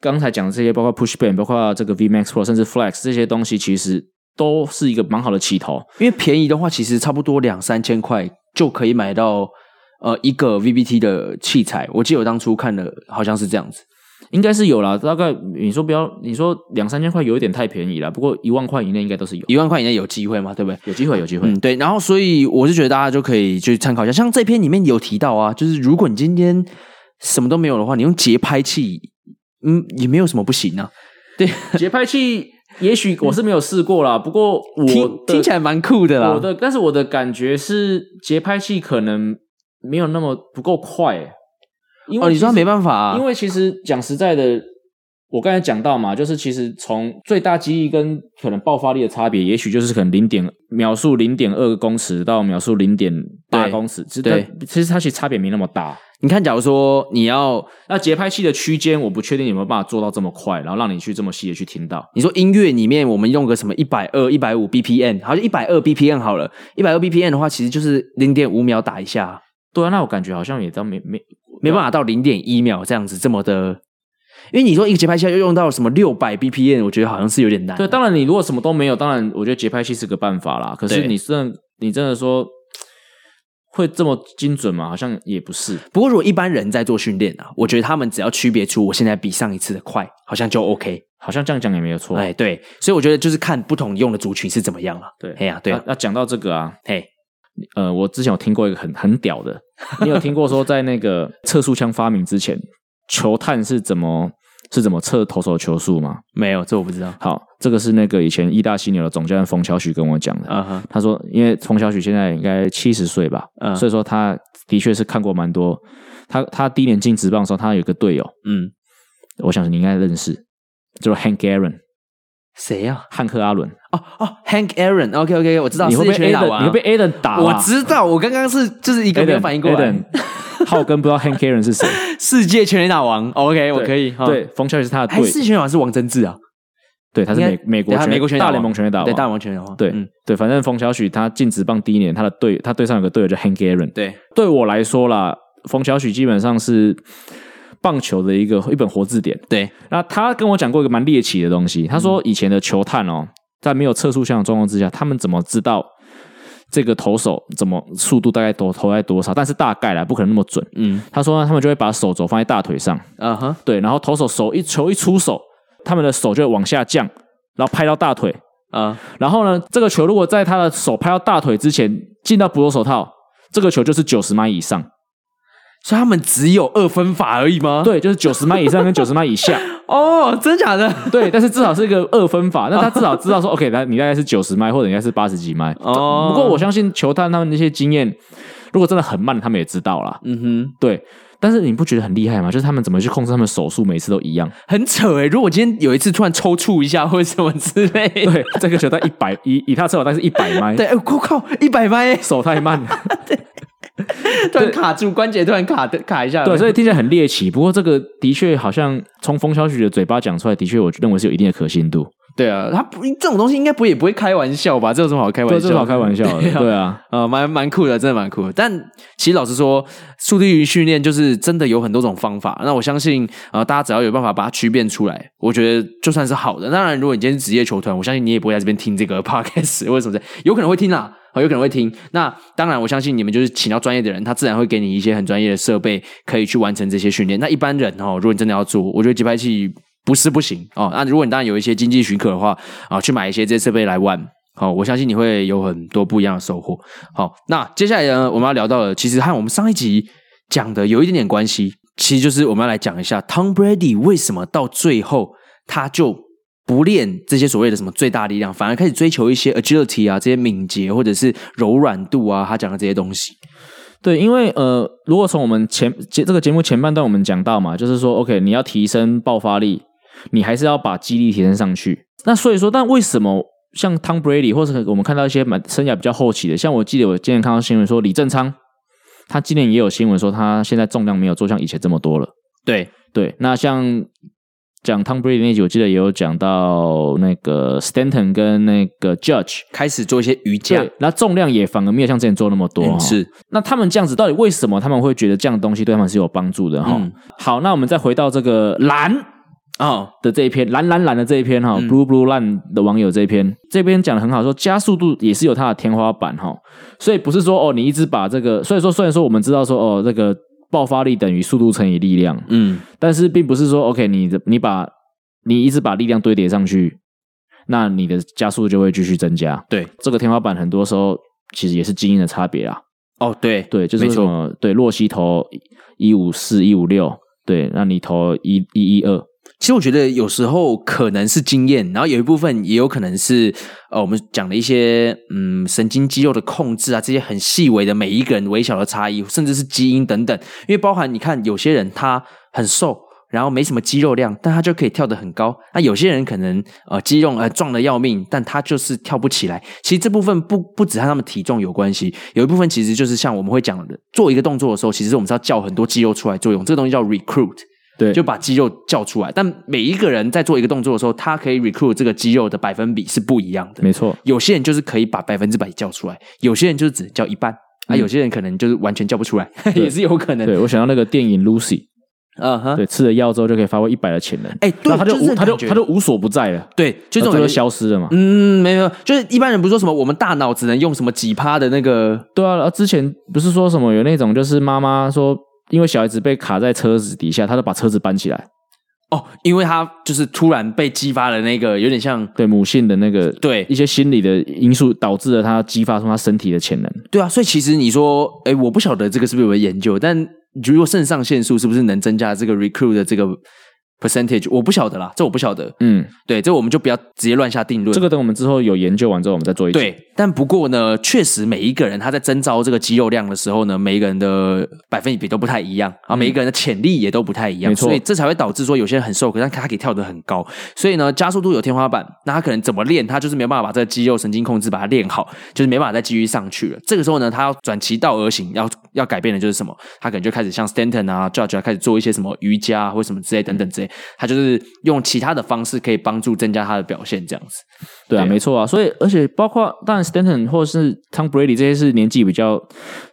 [SPEAKER 2] 刚才讲的这些，包括 Push Band，包括这个 VMax Pro，甚至 Flex 这些东西，其实都是一个蛮好的起头。
[SPEAKER 1] 因为便宜的话，其实差不多两三千块就可以买到呃一个 VBT 的器材。我记得我当初看的好像是这样子，
[SPEAKER 2] 应该是有啦，大概你说不要，你说两三千块有一点太便宜了，不过一万块以内应该都是有，
[SPEAKER 1] 一万块以内有机会嘛，对不对？
[SPEAKER 2] 有机会，有机会。
[SPEAKER 1] 嗯，对，然后所以我是觉得大家就可以去参考一下，像这篇里面有提到啊，就是如果你今天什么都没有的话，你用节拍器，嗯，也没有什么不行啊。
[SPEAKER 2] 节拍器，也许我是没有试过啦，不过我
[SPEAKER 1] 听
[SPEAKER 2] 的
[SPEAKER 1] 听起来蛮酷的啦。
[SPEAKER 2] 我的，但是我的感觉是节拍器可能没有那么不够快、欸因为
[SPEAKER 1] 哦，你说
[SPEAKER 2] 其
[SPEAKER 1] 它
[SPEAKER 2] 实
[SPEAKER 1] 没办法、啊，
[SPEAKER 2] 因为其实讲实在的，我刚才讲到嘛，就是其实从最大肌力跟可能爆发力的差别，也许就是可能零点秒速零点二公尺到秒速零点八
[SPEAKER 1] 对
[SPEAKER 2] 公尺，其实
[SPEAKER 1] 对
[SPEAKER 2] 它其实它其实差别没那么大。
[SPEAKER 1] 你看，假如说你要
[SPEAKER 2] 那节拍器的区间，我不确定有没有办法做到这么快，然后让你去这么细的去听到。
[SPEAKER 1] 你说音乐里面我们用个什么一百二、一百五 BPM，好像一百二 BPM 好了，一百二 BPM 的话，其实就是零点五秒打一下，
[SPEAKER 2] 对啊，那我感觉好像也都没没
[SPEAKER 1] 没办法到零点一秒这样子这么的。因为你说一个节拍器要用到什么六百 BPM，我觉得好像是有点难。
[SPEAKER 2] 对，当然你如果什么都没有，当然我觉得节拍器是个办法啦。可是
[SPEAKER 1] 对
[SPEAKER 2] 你真的你真的说会这么精准吗？好像也不是。
[SPEAKER 1] 不过，如果一般人在做训练啊，我觉得他们只要区别出我现在比上一次的快，好像就 OK。
[SPEAKER 2] 好像这样讲也没有错。
[SPEAKER 1] 哎，对，所以我觉得就是看不同用的族群是怎么样了、
[SPEAKER 2] 对，
[SPEAKER 1] 哎呀对啊
[SPEAKER 2] 那那讲到这个啊，
[SPEAKER 1] 嘿，
[SPEAKER 2] 呃，我之前有听过一个很很 屌的，你有听过说在那个测速枪发明之前，球探是怎么是怎么测投手球速吗？
[SPEAKER 1] 没有，这我不知道。
[SPEAKER 2] 好，这个是那个以前义大犀牛的总教练冯乔许跟我讲的。
[SPEAKER 1] 啊哈，
[SPEAKER 2] 他说，因为冯小许现在应该七十岁吧，
[SPEAKER 1] 嗯
[SPEAKER 2] 所以说他的确是看过蛮多。他他第一年进职棒的时候，他有一个队友，
[SPEAKER 1] 嗯，
[SPEAKER 2] 我想你应该认识，就是 Hank Aaron
[SPEAKER 1] 谁呀？
[SPEAKER 2] 汉克阿伦。
[SPEAKER 1] 哦哦，Hank Aaron，OK OK，我知道，
[SPEAKER 2] 你会被
[SPEAKER 1] 世界
[SPEAKER 2] A
[SPEAKER 1] 拳打
[SPEAKER 2] 的，
[SPEAKER 1] 完
[SPEAKER 2] 你
[SPEAKER 1] 啊
[SPEAKER 2] 会被 A 的打啊、
[SPEAKER 1] 我知道，我刚刚是就是一个
[SPEAKER 2] Aiden，
[SPEAKER 1] 没有反应过来。
[SPEAKER 2] Aiden 浩根不知道 Hank Aaron 是谁，
[SPEAKER 1] 世界全垒打王，OK，我可以。哈
[SPEAKER 2] 对，，冯小许是他的
[SPEAKER 1] 还是
[SPEAKER 2] 队
[SPEAKER 1] 世，界全垒打王是王贞治啊？
[SPEAKER 2] 对，他是
[SPEAKER 1] 应该
[SPEAKER 2] 美美国
[SPEAKER 1] 对他
[SPEAKER 2] 全
[SPEAKER 1] 美国全垒打
[SPEAKER 2] 大
[SPEAKER 1] 王
[SPEAKER 2] 联盟全垒打
[SPEAKER 1] 对，
[SPEAKER 2] 王，
[SPEAKER 1] 大联盟全垒打王。
[SPEAKER 2] 对、
[SPEAKER 1] 嗯，
[SPEAKER 2] 对，反正冯小许他进职棒第一年，他的队他队上有个队友叫 Hank Aaron，
[SPEAKER 1] 对，
[SPEAKER 2] 对我来说啦，冯小许基本上是棒球的一个一本活字典。
[SPEAKER 1] 对，
[SPEAKER 2] 那他跟我讲过一个蛮猎奇的东西，他说以前的球探哦，在没有测速箱的状况之下，他们怎么知道这个投手怎么速度大概多投在多少？但是大概啦，不可能那么准。
[SPEAKER 1] 嗯，
[SPEAKER 2] 他说呢他们就会把手肘放在大腿上，
[SPEAKER 1] 啊哈，
[SPEAKER 2] 对，然后投手手一球一出手，他们的手就会往下降，然后拍到大腿，
[SPEAKER 1] 啊，
[SPEAKER 2] 然后呢，这个球如果在他的手拍到大腿之前进到捕手手套，这个球就是九十迈以上。
[SPEAKER 1] 所以他们只有二分法而已吗？，
[SPEAKER 2] 对，就是九十迈以上跟九十迈以下。
[SPEAKER 1] 哦，真假的？
[SPEAKER 2] 对，但是至少是一个二分法，那他至少知道说，OK，那你大概是九十迈或者应该是八十几迈。
[SPEAKER 1] 哦
[SPEAKER 2] 不过我相信球探他们那些经验，如果真的很慢，他们也知道啦。
[SPEAKER 1] 嗯哼，
[SPEAKER 2] 对，但是你不觉得很厉害吗？就是他们怎么去控制他们手速，每次都一样。
[SPEAKER 1] 很扯哎！如果我今天有一次突然抽搐一下或者什么之类的，
[SPEAKER 2] 对，这个球探一百以以他测，但是一百迈，
[SPEAKER 1] 对，哎我靠，一百迈耶，
[SPEAKER 2] 手 太慢了。
[SPEAKER 1] 突然卡住，关节突然卡的卡一下。
[SPEAKER 2] 对，所以听起来很猎奇。不过这个的确好像从冯小许的嘴巴讲出来，的确我认为是有一定的可信度。
[SPEAKER 1] 对啊，他不这种东西应该不也不会开玩笑吧？这有什么好开玩
[SPEAKER 2] 对，
[SPEAKER 1] 笑？
[SPEAKER 2] 这是好开玩笑的。对啊，
[SPEAKER 1] 呃，蛮蛮酷的，真的蛮酷的。但其实老实说，速度与训练就是真的有很多种方法。那我相信，呃，大家只要有办法把它区辨出来，我觉得就算是好的。当然，如果你今天是职业球团，我相信你也不会在这边听这个 podcast 或者什么的，有可能会听啦。呃有可能会听，那当然，我相信你们就是请到专业的人，他自然会给你一些很专业的设备，可以去完成这些训练。那一般人哦，如果你真的要做，我觉得节拍器不是不行哦。那如果你当然有一些经济许可的话，啊，去买一些这些设备来玩。好、我相信你会有很多不一样的收获。好，那接下来呢，我们要聊到的，其实和我们上一集讲的有一点点关系，其实就是我们要来讲一下 Tom Brady 为什么到最后他就不练这些所谓的什么最大力量，反而开始追求一些 agility 啊，这些敏捷或者是柔软度啊，他讲的这些东西。
[SPEAKER 2] 对，因为呃，如果从我们前节这个节目前半段我们讲到嘛，就是说，OK，你要提升爆发力，你还是要把肌力提升上去。那所以说，但为什么像 Tom Brady 或者我们看到一些蛮生涯比较后期的，像我记得我今天看到新闻说李正昌，他今年也有新闻说他现在重量没有做像以前这么多了。
[SPEAKER 1] 对，
[SPEAKER 2] 对，那像讲 Tom Brady 那集，我记得也有讲到那个 Stanton 跟那个 Judge，
[SPEAKER 1] 开始做一些瑜伽
[SPEAKER 2] 对，，那重量也反而没有像之前做那么多、
[SPEAKER 1] 嗯
[SPEAKER 2] 哦
[SPEAKER 1] 是
[SPEAKER 2] 那他们这样子，到底为什么他们会觉得这样的东西对他们是有帮助的哈、
[SPEAKER 1] 嗯
[SPEAKER 2] 好，那我们再回到这个蓝
[SPEAKER 1] 哦，
[SPEAKER 2] 的这一篇，蓝蓝蓝的这一篇哈、
[SPEAKER 1] 嗯
[SPEAKER 2] b l u e Blue 蓝的网友这一篇，这边讲的很好，说加速度也是有它的天花板哈、所以不是说哦，你一直把这个，所以说虽然说我们知道说哦，这个爆发力等于速度乘以力量，
[SPEAKER 1] 嗯，
[SPEAKER 2] 但是并不是说 OK，你的你把你一直把力量堆叠上去，那你的加速就会继续增加。
[SPEAKER 1] 对，
[SPEAKER 2] 这个天花板很多时候其实也是基因的差别啊。
[SPEAKER 1] 哦，对，
[SPEAKER 2] 对，就是
[SPEAKER 1] 没
[SPEAKER 2] 什
[SPEAKER 1] 错
[SPEAKER 2] 么对洛西投一五四一五六，对，那你投一一一二，
[SPEAKER 1] 其实我觉得有时候可能是经验，然后有一部分也有可能是呃我们讲的一些嗯神经肌肉的控制啊，这些很细微的每一个人微小的差异，甚至是基因等等。因为包含你看有些人他很瘦。然后没什么肌肉量，但他就可以跳得很高。那有些人可能呃肌肉呃壮得要命，但他就是跳不起来。其实这部分不不只和他们体重有关系，有一部分其实就是像我们会讲的，做一个动作的时候，其实我们是要叫很多肌肉出来作用。这个东西叫 recruit。
[SPEAKER 2] 对
[SPEAKER 1] 就把肌肉叫出来。但每一个人在做一个动作的时候，他可以 recruit 这个肌肉的百分比是不一样的。
[SPEAKER 2] 没错，
[SPEAKER 1] 有些人就是可以把百分之百叫出来，有些人就是只叫一半，啊，
[SPEAKER 2] 嗯
[SPEAKER 1] 有些人可能就是完全叫不出来， 也是有可能。
[SPEAKER 2] 对我想到那个电影 Lucy，
[SPEAKER 1] 嗯哼，
[SPEAKER 2] 对，吃了药之后就可以发挥一百的潜能，
[SPEAKER 1] 哎，对，
[SPEAKER 2] 那他就
[SPEAKER 1] 就是
[SPEAKER 2] 无
[SPEAKER 1] 这
[SPEAKER 2] 他
[SPEAKER 1] 种
[SPEAKER 2] 就
[SPEAKER 1] 感觉
[SPEAKER 2] 他就无所不在了，
[SPEAKER 1] 对，就这种
[SPEAKER 2] 那最后
[SPEAKER 1] 感觉。
[SPEAKER 2] 消失了嘛。
[SPEAKER 1] 嗯，没有，就是一般人不是说什么我们大脑只能用什么几趴的那个，
[SPEAKER 2] 对啊，啊之前不是说什么有那种就是妈妈说。因为小孩子被卡在车子底下，他就把车子搬起来。
[SPEAKER 1] 哦，因为他就是突然被激发了那个，有点像
[SPEAKER 2] 对母性的那个
[SPEAKER 1] 对
[SPEAKER 2] 一些心理的因素，导致了他激发出他身体的潜能。
[SPEAKER 1] 对啊，所以其实你说，哎，我不晓得这个是不是有研究，但如果肾上腺素是不是能增加这个 recruit 的这个 percentage，我不晓得啦，这我不晓得。
[SPEAKER 2] 嗯，
[SPEAKER 1] 对，这我们就不要直接乱下定论。
[SPEAKER 2] 这个等我们之后有研究完之后，我们再做一集。
[SPEAKER 1] 对，但不过呢，确实每一个人他在征召这个肌肉量的时候呢，每一个人的百分比都不太一样啊，每一个人的潜力也都不太一样，
[SPEAKER 2] 嗯没错
[SPEAKER 1] 所以这才会导致说有些人很瘦，可是他可以跳得很高，所以呢，加速度有天花板，那他可能怎么练，他就是没有办法把这个肌肉神经控制把它练好，就是没办法再继续上去了。这个时候呢，他要转其道而行，要要改变的就是什么？他可能就开始像 Stanton 啊、Judge 啊，开始做一些什么瑜伽啊或什么之类等等之
[SPEAKER 2] 嗯
[SPEAKER 1] 类，他就是用其他的方式可以帮助增加他的表现，这样子。
[SPEAKER 2] 对啊，
[SPEAKER 1] 对
[SPEAKER 2] 没错啊，所以而且包括当然 Stanton 或是 Tom Brady 这些是年纪比较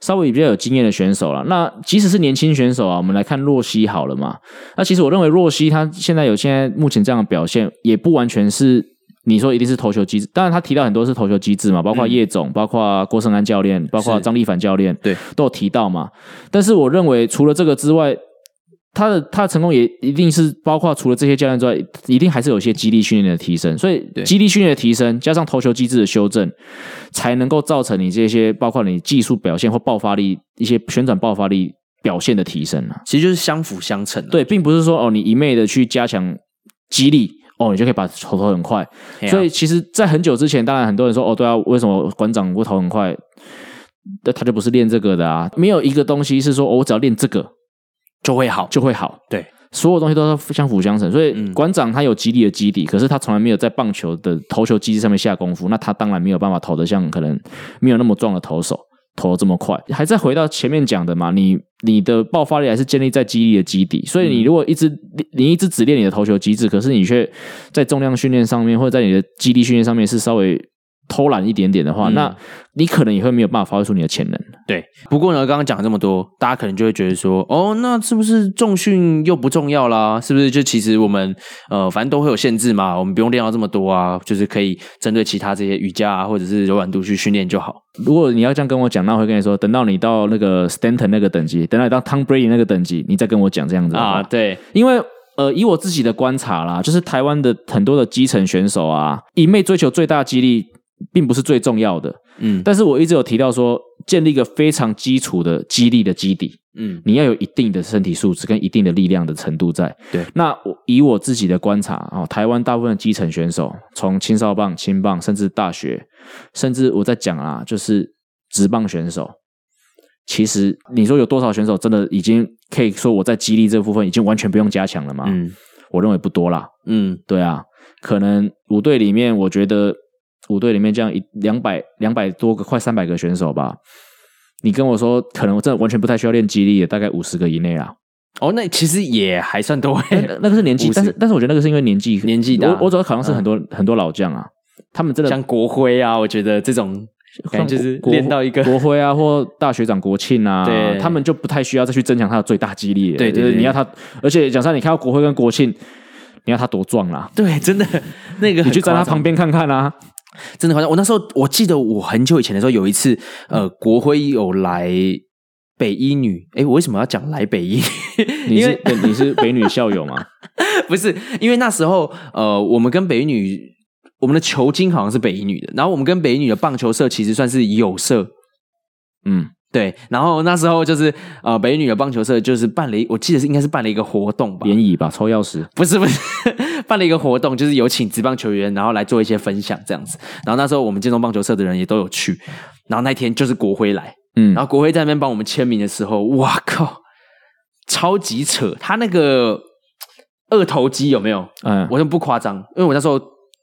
[SPEAKER 2] 稍微比较有经验的选手了。那即使是年轻选手啊，我们来看洛西好了嘛。那其实我认为洛西他现在有现在目前这样的表现，也不完全是你说一定是投球机制。当然他提到很多是投球机制嘛，包括叶总、包括郭胜安教练、包括
[SPEAKER 1] 是
[SPEAKER 2] 张立凡教练，
[SPEAKER 1] 对，
[SPEAKER 2] 都有提到嘛。但是我认为除了这个之外，他的他的成功也一定是包括除了这些教练之外，一定还是有一些激励训练的提升。所以
[SPEAKER 1] 对
[SPEAKER 2] 激励训练的提升加上投球机制的修正，才能够造成你这些包括你技术表现或爆发力一些旋转爆发力表现的提升啊。
[SPEAKER 1] 其实就是相辅相成、啊。
[SPEAKER 2] 对，并不是说哦你一昧的去加强激励。哦，你就可以把投投很快，
[SPEAKER 1] 嘿啊，
[SPEAKER 2] 所以其实，在很久之前，当然很多人说，哦，对啊，为什么馆长我投很快？那他就不是练这个的啊，没有一个东西是说、哦、我只要练这个，
[SPEAKER 1] 就会好。
[SPEAKER 2] 就会好。
[SPEAKER 1] 对，
[SPEAKER 2] 所有东西都是相辅相成。所以
[SPEAKER 1] 嗯
[SPEAKER 2] 馆长他有激励的基底，可是他从来没有在棒球的投球机制上面下功夫，那他当然没有办法投得像可能没有那么壮的投手投得这么快。还再回到前面讲的嘛，你你的爆发力还是建立在激励的基底，所以
[SPEAKER 1] 嗯
[SPEAKER 2] 你如果一直、你一直只练你的投球机制，可是你却在重量训练上面或者在你的激励训练上面是稍微。偷懒一点点的话，
[SPEAKER 1] 嗯
[SPEAKER 2] 那你可能也会没有办法发挥出你的潜能。
[SPEAKER 1] 对，不过呢，刚刚讲了这么多，大家可能就会觉得说，哦，那是不是重训又不重要啦？是不是就其实我们呃，反正都会有限制嘛，我们不用练到这么多啊，就是可以针对其他这些瑜伽啊，或者是柔软度去训练就好。
[SPEAKER 2] 如果你要这样跟我讲，那我会跟你说，等到你到那个 Stanton 那个等级，等到你到 Tom Brady 那个等级，你再跟我讲这样子啊。
[SPEAKER 1] 对，
[SPEAKER 2] 因为呃，以我自己的观察啦，就是台湾的很多的基层选手啊，一昧追求最大激励，并不是最重要的。
[SPEAKER 1] 嗯
[SPEAKER 2] 但是我一直有提到说，建立一个非常基础的激励的基底，
[SPEAKER 1] 嗯，
[SPEAKER 2] 你要有一定的身体素质跟一定的力量的程度在。
[SPEAKER 1] 对
[SPEAKER 2] 那我以我自己的观察哦，台湾大部分的基层选手，从青少棒、青棒，甚至大学，甚至我在讲啊，就是职棒选手，其实你说有多少选手真的已经可以说我在激励这部分已经完全不用加强了吗？
[SPEAKER 1] 嗯
[SPEAKER 2] 我认为不多啦。
[SPEAKER 1] 嗯
[SPEAKER 2] 对啊，可能五队里面，我觉得五队里面这样一两百两百多个，快三百个选手吧。你跟我说，可能我真的完全不太需要练肌力的，大概五十个以内啦。
[SPEAKER 1] 哦，那其实也还算多
[SPEAKER 2] 那
[SPEAKER 1] 诶，
[SPEAKER 2] 那那个是年纪，
[SPEAKER 1] 50
[SPEAKER 2] 但是但是我觉得那个是因为年纪
[SPEAKER 1] 哎年纪大嗯
[SPEAKER 2] 我我主要考量是很多、很多老将啊，他们真 的
[SPEAKER 1] 像国徽啊，我觉得这种感觉就是
[SPEAKER 2] 国
[SPEAKER 1] 练到一个
[SPEAKER 2] 国徽啊，或大学长国庆 啊，
[SPEAKER 1] 对
[SPEAKER 2] 他们就不太需要再去增强他的最大激励了。
[SPEAKER 1] 对对
[SPEAKER 2] 就是
[SPEAKER 1] 对
[SPEAKER 2] 你要他，而且讲实在，你看到国徽跟国庆，你要他多壮啦、
[SPEAKER 1] 对，真的那个
[SPEAKER 2] 你
[SPEAKER 1] 很
[SPEAKER 2] 去站他
[SPEAKER 1] 夸张
[SPEAKER 2] 旁边看看啊。
[SPEAKER 1] 真的好像我那时候，我记得我很久以前的时候有一次，呃，国徽有来北一女，诶，我为什么要讲来北一？
[SPEAKER 2] 你
[SPEAKER 1] 因
[SPEAKER 2] 是
[SPEAKER 1] 为
[SPEAKER 2] 对你是北女校友吗？
[SPEAKER 1] 不是因为那时候，呃，我们跟北一女，我们的球经好像是北一女的，然后我们跟北一女的棒球社其实算是友社，
[SPEAKER 2] 嗯，
[SPEAKER 1] 对，然后那时候就是呃，北一女的棒球社就是办了一，我记得是应该是办了一个活动吧，
[SPEAKER 2] 联谊吧，抽钥匙。
[SPEAKER 1] 不是不是， 办了一个活动，就是有请职棒球员，然后来做一些分享这样子。然后那时候我们建中棒球社的人也都有去，然后那天就是国徽来，
[SPEAKER 2] 嗯
[SPEAKER 1] 然后国辉在那边帮我们签名的时候，哇靠，超级扯！他那个二头肌有没有？
[SPEAKER 2] 嗯，
[SPEAKER 1] 我都不夸张，因为我那时候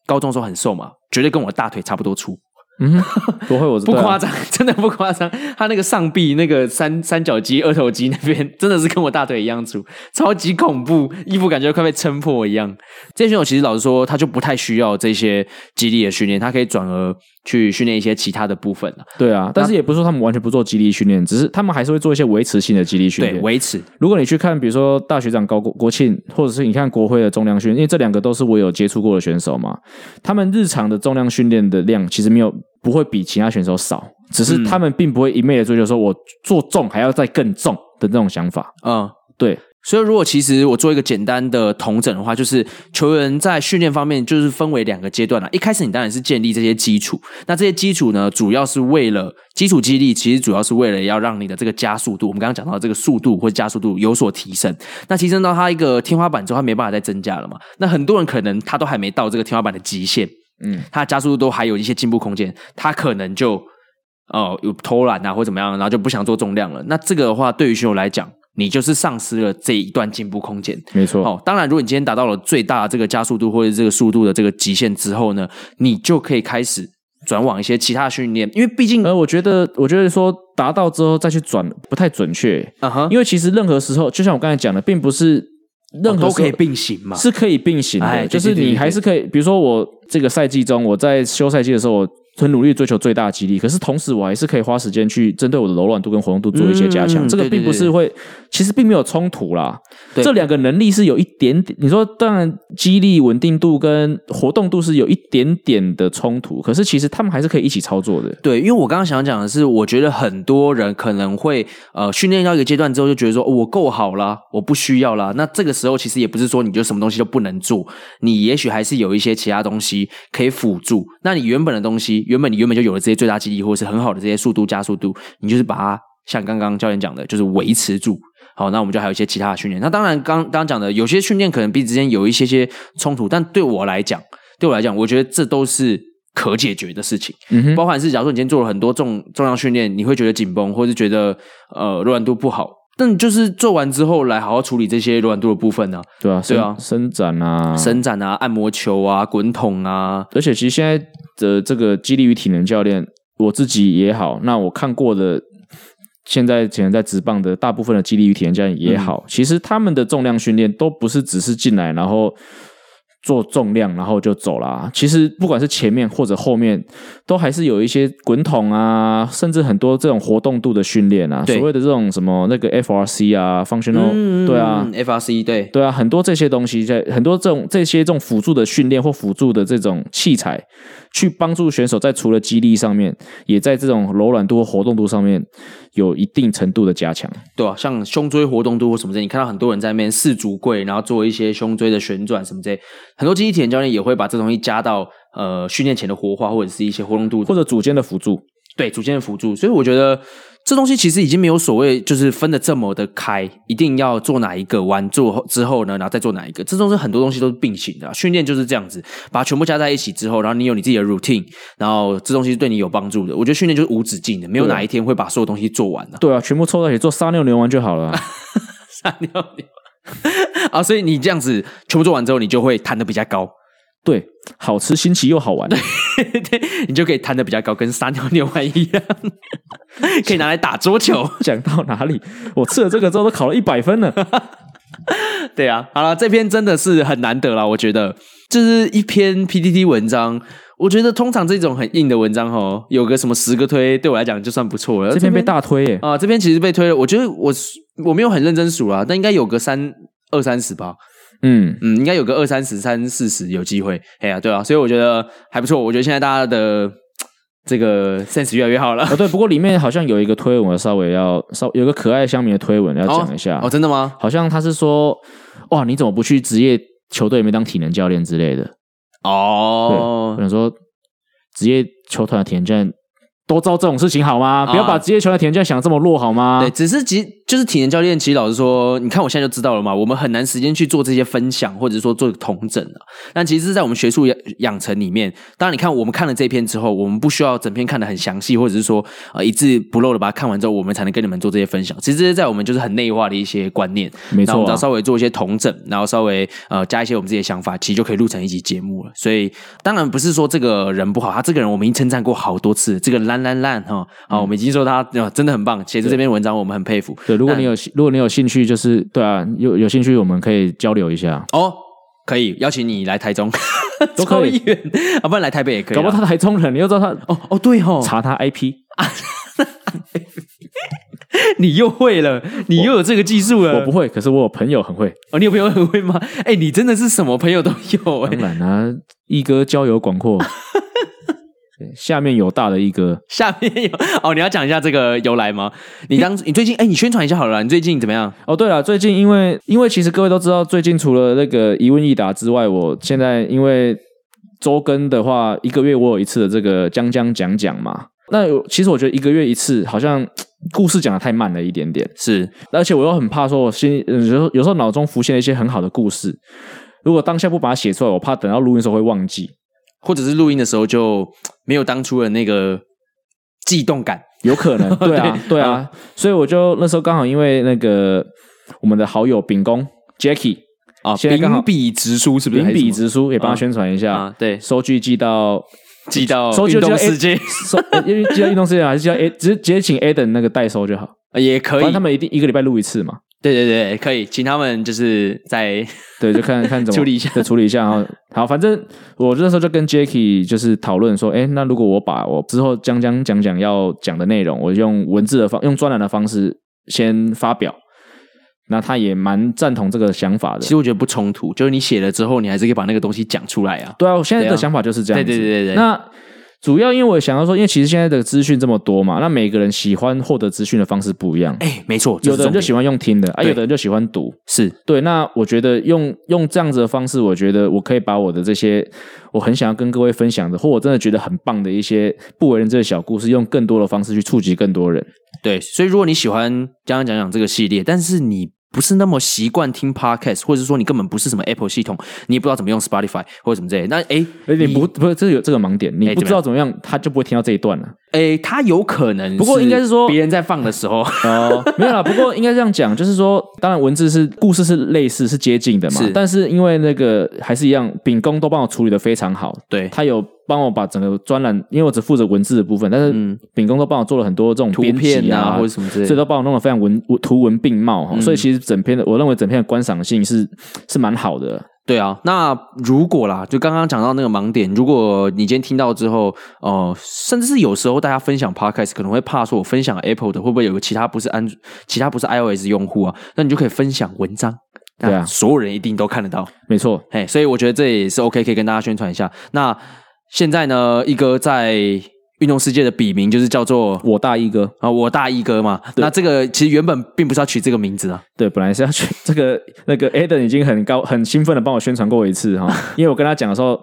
[SPEAKER 1] 高中的时候很瘦嘛，绝对跟我大腿差不多粗，
[SPEAKER 2] 嗯哼， 国会我是
[SPEAKER 1] 不夸
[SPEAKER 2] 张，
[SPEAKER 1] 张， 真的不夸张。他那个上臂那个三三角肌、二头肌那边，真的是跟我大腿一样粗，超级恐怖，衣服感觉快被撑破一样。这些选手其实老实说，他就不太需要这些肌力的训练，他可以转而去训练一些其他的部分了。
[SPEAKER 2] 对啊，但是也不是说他们完全不做肌力训练，只是他们还是会做一些维持性的肌力训
[SPEAKER 1] 对，
[SPEAKER 2] 练。
[SPEAKER 1] 维持
[SPEAKER 2] 如果你去看，比如说大学长高国国庆，或者是你看国会的重量训练，因为这两个都是我有接触过的选手嘛，他们日常的重量训练的量其实没有不会比其他选手少，只是
[SPEAKER 1] 嗯
[SPEAKER 2] 他们并不会一昧的追求说我做重还要再更重的那种想法。
[SPEAKER 1] 嗯。
[SPEAKER 2] 对，
[SPEAKER 1] 所以，如果其实我做一个简单的统整的话，就是球员在训练方面就是分为两个阶段啦。一开始你当然是建立这些基础，那这些基础呢，主要是为了基础激励，其实主要是为了要让你的这个加速度，我们刚刚讲到的这个速度或加速度有所提升。那提升到它一个天花板之后，它没办法再增加了嘛？那很多人可能他都还没到这个天花板的极限，
[SPEAKER 2] 嗯，
[SPEAKER 1] 他的加速度都还有一些进步空间，他可能就哦、有偷懒啊或怎么样，然后就不想做重量了。那这个的话，对于选手来讲，你就是丧失了这一段进步空间。
[SPEAKER 2] 没错，
[SPEAKER 1] 哦，当然，如果你今天达到了最大的这个加速度或者这个速度的这个极限之后呢，你就可以开始转往一些其他的训练，因为毕竟，
[SPEAKER 2] 呃，我觉得，我觉得说达到之后再去转不太准确，
[SPEAKER 1] 啊哈，
[SPEAKER 2] 因为其实任何时候，就像我刚才讲的，并不是任何
[SPEAKER 1] 哦都
[SPEAKER 2] 时候
[SPEAKER 1] 可以并行嘛。
[SPEAKER 2] 是可以并行
[SPEAKER 1] 哎
[SPEAKER 2] 的，就
[SPEAKER 1] 对
[SPEAKER 2] 是
[SPEAKER 1] 对对对
[SPEAKER 2] 你还是可以，比如说我这个赛季中，我在休赛季的时候，我很努力追求最大的激励，可是同时我还是可以花时间去针对我的柔软度跟活动度做一些加强，
[SPEAKER 1] 嗯
[SPEAKER 2] 这个
[SPEAKER 1] 对对
[SPEAKER 2] 并不是
[SPEAKER 1] 对
[SPEAKER 2] 会，其实并没有冲突啦。
[SPEAKER 1] 对
[SPEAKER 2] 这两个能力是有一点点，你说当然激励稳定度跟活动度是有一点点的冲突，可是其实他们还是可以一起操作的。
[SPEAKER 1] 对，因为我刚刚想讲的是，我觉得很多人可能会呃训练到一个阶段之后，就觉得说、哦我够好啦，我不需要啦。那这个时候其实也不是说你就什么东西都不能做，你也许还是有一些其他东西可以辅助。那你原本的东西，原本你原本就有了这些最大肌力或者是很好的这些速度加速度，你就是把它像刚刚教练讲的，就是维持住。好，那我们就还有一些其他的训练。那当然刚，刚刚讲的有些训练可能彼此之间有一些些冲突，但对我来讲，对我来讲，我觉得这都是可解决的事情。
[SPEAKER 2] 嗯哼，
[SPEAKER 1] 包含是假如说你今天做了很多重重量训练，你会觉得紧绷，或是觉得呃柔软度不好，但就是做完之后来好好处理这些柔软度的部分呢、
[SPEAKER 2] 对啊，
[SPEAKER 1] 对啊
[SPEAKER 2] 伸伸展啊，
[SPEAKER 1] 伸展啊、按摩球啊、滚筒啊，
[SPEAKER 2] 而且其实现在的这个激励与体能教练，我自己也好，那我看过的，现在可能在职棒的大部分的激励与体能教练也好，其实他们的重量训练都不是只是进来然后做重量然后就走啦。其实不管是前面或者后面，都还是有一些滚筒啊，甚至很多这种活动度的训练啊，
[SPEAKER 1] 对嗯
[SPEAKER 2] 所谓的这种什么那个 FRC 啊，functional，、对啊，
[SPEAKER 1] ，FRC 对，
[SPEAKER 2] 对啊，很多这些东西在很多这种这些这种辅助的训练或辅助的这种器材，去帮助选手在除了肌力上面，也在这种柔软度和活动度上面有一定程度的加强。
[SPEAKER 1] 对啊，像胸椎活动度或什么之类，你看到很多人在那边四足跪，然后做一些胸椎的旋转什么之类，很多肌力体能教练也会把这东西加到呃训练前的活化或者是一些活动度
[SPEAKER 2] 或者组间的辅助，
[SPEAKER 1] 对组件的辅助，所以我觉得这东西其实已经没有所谓，就是分的这么的开，一定要做哪一个，完做后之后呢，然后再做哪一个，这种是很多东西都是并行的啊、训练就是这样子，把它全部加在一起之后，然后你有你自己的 routine，然后这东西是对你有帮助的。我觉得训练就是无止境的，没有
[SPEAKER 2] 对啊
[SPEAKER 1] 哪一天会把所有东西做完的、
[SPEAKER 2] 对啊，全部凑在一起做撒尿牛丸就好了啊、
[SPEAKER 1] 撒尿尿 啊，所以你这样子全部做完之后，你就会弹得比较高，
[SPEAKER 2] 对，好吃、新奇又好玩。
[SPEAKER 1] 你就可以弹得比较高，跟撒尿尿完一样， 可以拿来打桌球。
[SPEAKER 2] 讲到哪里？我吃了这个之后都考了一百分了。
[SPEAKER 1] 对啊，好了，这篇真的是很难得啦，我觉得这是一篇 PPT 文章。我觉得通常这种很硬的文章哦，有个什么十个推，对我来讲就算不错了。
[SPEAKER 2] 这边被大推耶、
[SPEAKER 1] 啊、这篇其实被推了，我觉得我我没有很认真数啦，但应该有个三二三十吧，
[SPEAKER 2] 嗯，
[SPEAKER 1] 嗯，应该有个二三十、三四十有机会。哎呀、对啊，所以我觉得还不错。我觉得现在大家的嘖这个 sense 越来越好了。
[SPEAKER 2] 哦对，不过里面好像有一个推文，我稍微要稍有一个可爱乡民的推 文要讲一下。
[SPEAKER 1] 哦，真的吗？
[SPEAKER 2] 好像他是说，哇，你怎么不去职业球队里面当体能教练之类的？对，
[SPEAKER 1] 哦
[SPEAKER 2] 我，想说，职业球团的体能教练都知道这种事情好吗？不要把职业球团的体能教练想的这么弱好
[SPEAKER 1] 啊
[SPEAKER 2] 吗？
[SPEAKER 1] 对，只是其实就是体能教练，其实老实说，你看我现在就知道了嘛，我们很难时间去做这些分享，或者说做统整啊。但其实是在我们学术养养成里面，当然你看我们看了这篇之后，我们不需要整篇看得很详细，或者是说呃一字不漏的把它看完之后，我们才能跟你们做这些分享。其实这些在我们就是很内化的一些观念，
[SPEAKER 2] 没
[SPEAKER 1] 然后我们
[SPEAKER 2] 错、
[SPEAKER 1] 只要
[SPEAKER 2] 啊，
[SPEAKER 1] 稍微做一些统整，然后稍微呃加一些我们自己的想法，其实就可以录成一集节目了。所以当然不是说这个人不好，他这个人我们已经称赞过好多次，这个烂烂烂哈，啊、
[SPEAKER 2] 嗯
[SPEAKER 1] 我们已经说他、呃真的很棒，写出这篇文章我们很佩服。
[SPEAKER 2] 对，如果你有如果你有兴趣，就是对啊，有有兴趣我们可以交流一下，
[SPEAKER 1] 哦，可以邀请你来台中，
[SPEAKER 2] 都可以
[SPEAKER 1] 超远，啊，不然来台北也可以啊。
[SPEAKER 2] 搞不好他台中人，你又知道他。
[SPEAKER 1] 哦哦对哦，
[SPEAKER 2] 查他 IP，
[SPEAKER 1] 你又会了，你又有这个技术了。
[SPEAKER 2] 我不会，可是我有朋友很会。
[SPEAKER 1] 哦，你有朋友很会吗？哎，你真的是什么朋友都有哎、
[SPEAKER 2] 当然啊，一哥交友广阔，下面有大的一个，
[SPEAKER 1] 下面有哦，你要讲一下这个由来吗？你当你最近哎，你宣传一下好了啦，你最近怎么样？
[SPEAKER 2] 哦，对了，最近因为因为其实各位都知道，最近除了那个一问一答之外，我现在因为周更的话，一个月我有一次的这个将将讲讲嘛。那有其实我觉得一个月一次，好像故事讲的太慢了一点点，
[SPEAKER 1] 是
[SPEAKER 2] 而且我又很怕说，我心呃有时候有时候脑中浮现了一些很好的故事，如果当下不把它写出来，我怕等到录音的时候会忘记，
[SPEAKER 1] 或者是录音的时候就没有当初的那个悸动感，
[SPEAKER 2] 有 可能，对啊，
[SPEAKER 1] 对嗯
[SPEAKER 2] 对啊，所以我就那时候刚好因为那个我们的好友秉公 Jacky
[SPEAKER 1] 啊，
[SPEAKER 2] 现在刚好
[SPEAKER 1] 秉笔直书是不是？
[SPEAKER 2] 秉笔
[SPEAKER 1] 还是
[SPEAKER 2] 直书也帮
[SPEAKER 1] 啊
[SPEAKER 2] 他宣传一
[SPEAKER 1] 什么
[SPEAKER 2] 下，
[SPEAKER 1] 啊，对，
[SPEAKER 2] 收据寄到
[SPEAKER 1] 寄到
[SPEAKER 2] 收
[SPEAKER 1] 运
[SPEAKER 2] 就
[SPEAKER 1] 动
[SPEAKER 2] 叫
[SPEAKER 1] 世界
[SPEAKER 2] 收， 呃因为寄到运动世界还是叫 A，直接直接请 Aden 那个代收就好。
[SPEAKER 1] 呃 也可
[SPEAKER 2] 反正
[SPEAKER 1] 以
[SPEAKER 2] 他，们一定一个礼拜录一次嘛，
[SPEAKER 1] 对对对，可以，请他们就是在
[SPEAKER 2] 对，就看看怎么
[SPEAKER 1] 处理一下
[SPEAKER 2] 再处理一下啊。好，反正我那时候就跟 Jacky 就是讨论说，哎，那如果我把我之后将将讲讲要讲的内容，我用文字的方，用专栏的方式先发表，那他也蛮赞同这个想法的
[SPEAKER 1] 其。实我觉得不冲突，就是你写了之后，你还是可以把那个东西讲出来啊。
[SPEAKER 2] 对啊，我现在
[SPEAKER 1] 对
[SPEAKER 2] 的
[SPEAKER 1] 啊
[SPEAKER 2] 想法就是这样
[SPEAKER 1] 对
[SPEAKER 2] 子。
[SPEAKER 1] 对对对对，
[SPEAKER 2] 那主要因为我想要说，因为其实现在的资讯这么多嘛，那每个人喜欢获得资讯的方式不一样，
[SPEAKER 1] 哎，没错，
[SPEAKER 2] 有的人就喜
[SPEAKER 1] 欢
[SPEAKER 2] 欢用听的，啊，
[SPEAKER 1] 对
[SPEAKER 2] 有的人就喜欢读。
[SPEAKER 1] 是
[SPEAKER 2] 对，那我觉得用用这样子的方式，我觉得我可以把我的这些我很想要跟各位分享的，或我真的觉得很棒的一些不为人知的小故事，用更多的方式去触及更多人。
[SPEAKER 1] 对，所以如果你喜欢刚刚讲讲这个系列，但是你。不是那么习惯听 podcast，或者是说你根本不是什么 Apple 系统，你也不知道怎么用 Spotify 或者什么之类的。那哎，
[SPEAKER 2] 而你不不是这个有这个盲点，你
[SPEAKER 1] 哎
[SPEAKER 2] 不
[SPEAKER 1] 怎么
[SPEAKER 2] 知道怎么样，他就不会听到这一段了。
[SPEAKER 1] 诶，它有可能，
[SPEAKER 2] 不过应该是说
[SPEAKER 1] 别人在放的时 候，
[SPEAKER 2] 哦， 没有啦，不过应该这样讲，就是说，当然文字是故事是类似是接近的嘛
[SPEAKER 1] 是，
[SPEAKER 2] 但是因为那个还是一样，秉公都帮我处理的非常好，
[SPEAKER 1] 对，
[SPEAKER 2] 他有帮我把整个专栏，因为我只负责文字的部分，但
[SPEAKER 1] 嗯
[SPEAKER 2] 是秉公都帮我做了很多这种
[SPEAKER 1] 图
[SPEAKER 2] 编辑
[SPEAKER 1] 片啊
[SPEAKER 2] 啊
[SPEAKER 1] 或者什么之类
[SPEAKER 2] 所
[SPEAKER 1] 的，
[SPEAKER 2] 以
[SPEAKER 1] 嗯
[SPEAKER 2] 都帮我弄得非常文文图文并茂哈、所以其实整篇的，我认为整篇的观赏性是是蛮好的。
[SPEAKER 1] 对啊。那如果啦，就刚刚讲到那个盲点，如果你今天听到之后，呃，甚至是有时候大家分享 podcast 可能会怕说，我分享 Apple 的会不会有个其他不是安，其他不是 iOS 用户啊？那你就可以分享文章，
[SPEAKER 2] 对啊
[SPEAKER 1] 那所有人一定都看得到。
[SPEAKER 2] 没错，
[SPEAKER 1] 哎，所以我觉得这也是 OK，可以跟大家宣传一下。那现在呢，一哥在运动世界的笔名就是叫做。
[SPEAKER 2] 我大一哥，
[SPEAKER 1] 啊、我大一哥嘛，那这个其实原本并不是要取这个名字啊，
[SPEAKER 2] 对，本来是要去这个 那个 Aden 已经很高很兴奋的帮我宣传过一次哈、 因为我跟他讲的时候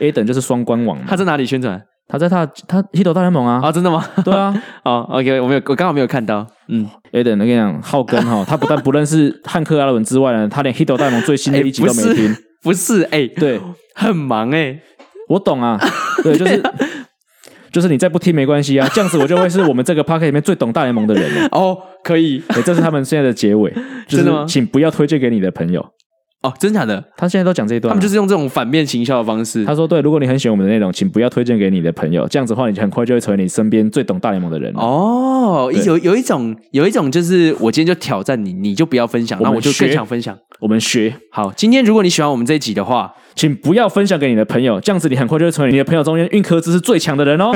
[SPEAKER 2] ，Aden 就是双官网嘛
[SPEAKER 1] 他，在哪里宣传
[SPEAKER 2] 他在他他黑头大联盟啊，
[SPEAKER 1] 啊？真的吗？
[SPEAKER 2] 对啊
[SPEAKER 1] 哦，OK，我没有，我刚好没有看到。嗯，
[SPEAKER 2] ，Aden 我跟你讲，浩根哈、他不但不认识汉克阿伦之外呢，他连黑头大联盟最新的一集都
[SPEAKER 1] 哎不
[SPEAKER 2] 没
[SPEAKER 1] 是
[SPEAKER 2] 听，
[SPEAKER 1] 不是，哎、
[SPEAKER 2] 对。
[SPEAKER 1] 很忙哎、
[SPEAKER 2] 我 懂啊，对，就是就是你再不听没关系啊，这样子我就会是我们这个 p a r k 里面最懂大联盟的人了。
[SPEAKER 1] 哦，可以
[SPEAKER 2] 对这是他们现在的 结尾，就
[SPEAKER 1] 真的吗
[SPEAKER 2] 是请不要推荐给你的朋友。
[SPEAKER 1] 哦，真假的？
[SPEAKER 2] 他现在都讲这一
[SPEAKER 1] 他
[SPEAKER 2] 段啊、
[SPEAKER 1] 们就是用这种反面行销的方式。
[SPEAKER 2] 他说：“对，如果你很喜欢我们的内容，请不要推荐给你的朋友。这样子的话，你很快就会成为你身边最懂大联盟的人了。
[SPEAKER 1] 哦，
[SPEAKER 2] 对
[SPEAKER 1] 有有一种有一种就是我今天就挑战你，你就不要分享，
[SPEAKER 2] 我
[SPEAKER 1] 那
[SPEAKER 2] 们
[SPEAKER 1] 我就更
[SPEAKER 2] 学
[SPEAKER 1] 想分享。
[SPEAKER 2] 我们学，
[SPEAKER 1] 好，今天如果你喜欢我们这一集的话，
[SPEAKER 2] 请不要分享给你的朋友，这样子你很快就会成为你的朋友中间运科知识最强的 人哦。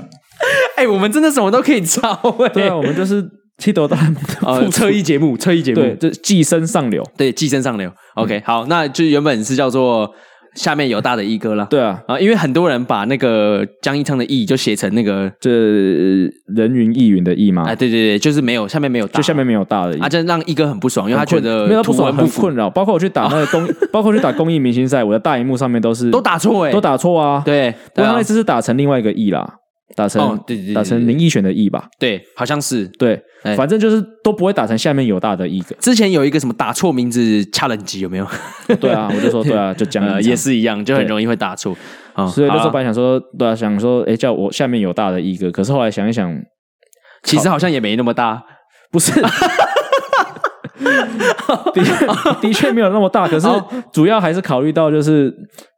[SPEAKER 1] 哎、我们真的什么都可以 抄哎、
[SPEAKER 2] 对啊，我们就是踢斗大联盟的
[SPEAKER 1] 呃，
[SPEAKER 2] 付出
[SPEAKER 1] 侧翼节目，侧翼节目，
[SPEAKER 2] 对，这寄生上流。
[SPEAKER 1] 对，寄生上流。OK，、好，
[SPEAKER 2] 嗯
[SPEAKER 1] 那就原本是叫做下面有大的一哥啦。
[SPEAKER 2] 对啊，
[SPEAKER 1] 啊，因为很多人把那个江一昌的“义”就写成那个
[SPEAKER 2] 这人云亦云的亦嘛
[SPEAKER 1] 啊，，对对对，就是没有下面没有打，
[SPEAKER 2] 就下面没有大的意
[SPEAKER 1] 啊，这让一哥很不爽，因为他觉
[SPEAKER 2] 很困
[SPEAKER 1] 得
[SPEAKER 2] 没有他不
[SPEAKER 1] 图文
[SPEAKER 2] 爽，很
[SPEAKER 1] 符
[SPEAKER 2] 困扰。包括我去打那个 公，包括我去打公益明星赛，我的大荧幕上面都是
[SPEAKER 1] 都打错哎，
[SPEAKER 2] 都打错啊。，
[SPEAKER 1] 对
[SPEAKER 2] 不
[SPEAKER 1] 对
[SPEAKER 2] 过他
[SPEAKER 1] 啊
[SPEAKER 2] 那次是打成另外一个亿啦，打成
[SPEAKER 1] 哦对对对对
[SPEAKER 2] 打成林奕璇的亿吧。
[SPEAKER 1] 对，好像是
[SPEAKER 2] 对
[SPEAKER 1] 哎，
[SPEAKER 2] 反正就是都不会打成下面有大
[SPEAKER 1] 。
[SPEAKER 2] 的一个
[SPEAKER 1] 之前有一个什么打错名字 challenge 有没有？
[SPEAKER 2] 对啊，我就说对啊，就讲
[SPEAKER 1] 呃，也。是一样，就很容易会打错啊。
[SPEAKER 2] 所以那时
[SPEAKER 1] 好
[SPEAKER 2] 候
[SPEAKER 1] 啦
[SPEAKER 2] 本来想说，对啊，想说，哎，叫我下面有大的一个，可是后来想一想，
[SPEAKER 1] 其实好像也没那么大，
[SPEAKER 2] 不是， 的确的确没有那么大，可是
[SPEAKER 1] 哦
[SPEAKER 2] 主要还是考虑到就是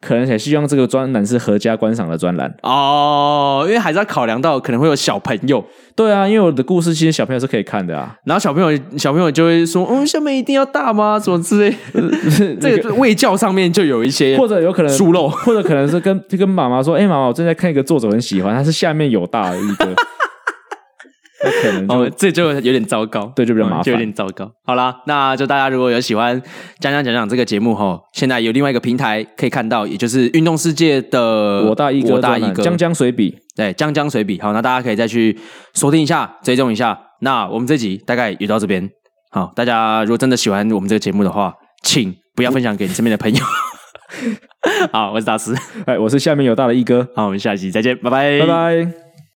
[SPEAKER 2] 可能也希望这个专栏是合家观赏的专栏。
[SPEAKER 1] 哦，因为还是要考量到可能会有小朋友，
[SPEAKER 2] 对啊，因为我的故事其实小朋友是可以看的啊。
[SPEAKER 1] 然后小朋友小朋友就会说，嗯，下面一定要大 吗？什么之类， 这个卫教上面就有一些
[SPEAKER 2] 或者有可能
[SPEAKER 1] 疏漏
[SPEAKER 2] 或者可能是跟 就跟妈妈说：“哎、妈妈，我正在看一个作者，我很喜欢，他是下面有大的一个。”那可能
[SPEAKER 1] 哦
[SPEAKER 2] 就，
[SPEAKER 1] 这就有点糟糕，
[SPEAKER 2] 对就比较麻烦
[SPEAKER 1] 嗯就有点糟糕。好啦，那就大家如果有喜欢《讲讲讲讲》这个节目吼，现在有另外一个平台可以看到，也就是运动世界的
[SPEAKER 2] 我大一哥
[SPEAKER 1] 我大
[SPEAKER 2] 专
[SPEAKER 1] 一
[SPEAKER 2] 栏，
[SPEAKER 1] 哥，
[SPEAKER 2] 江江随笔，
[SPEAKER 1] 对江江随笔。好，那大家可以再去锁定一下，追踪一下。那我们这集大概也到这边。好，大家如果真的喜欢我们这个节目的话，请不要分享给你身边的 朋友。好，我是大师，
[SPEAKER 2] 哎，我是下面有大的一哥，
[SPEAKER 1] 好，我们下期再见，拜拜，
[SPEAKER 2] 拜拜。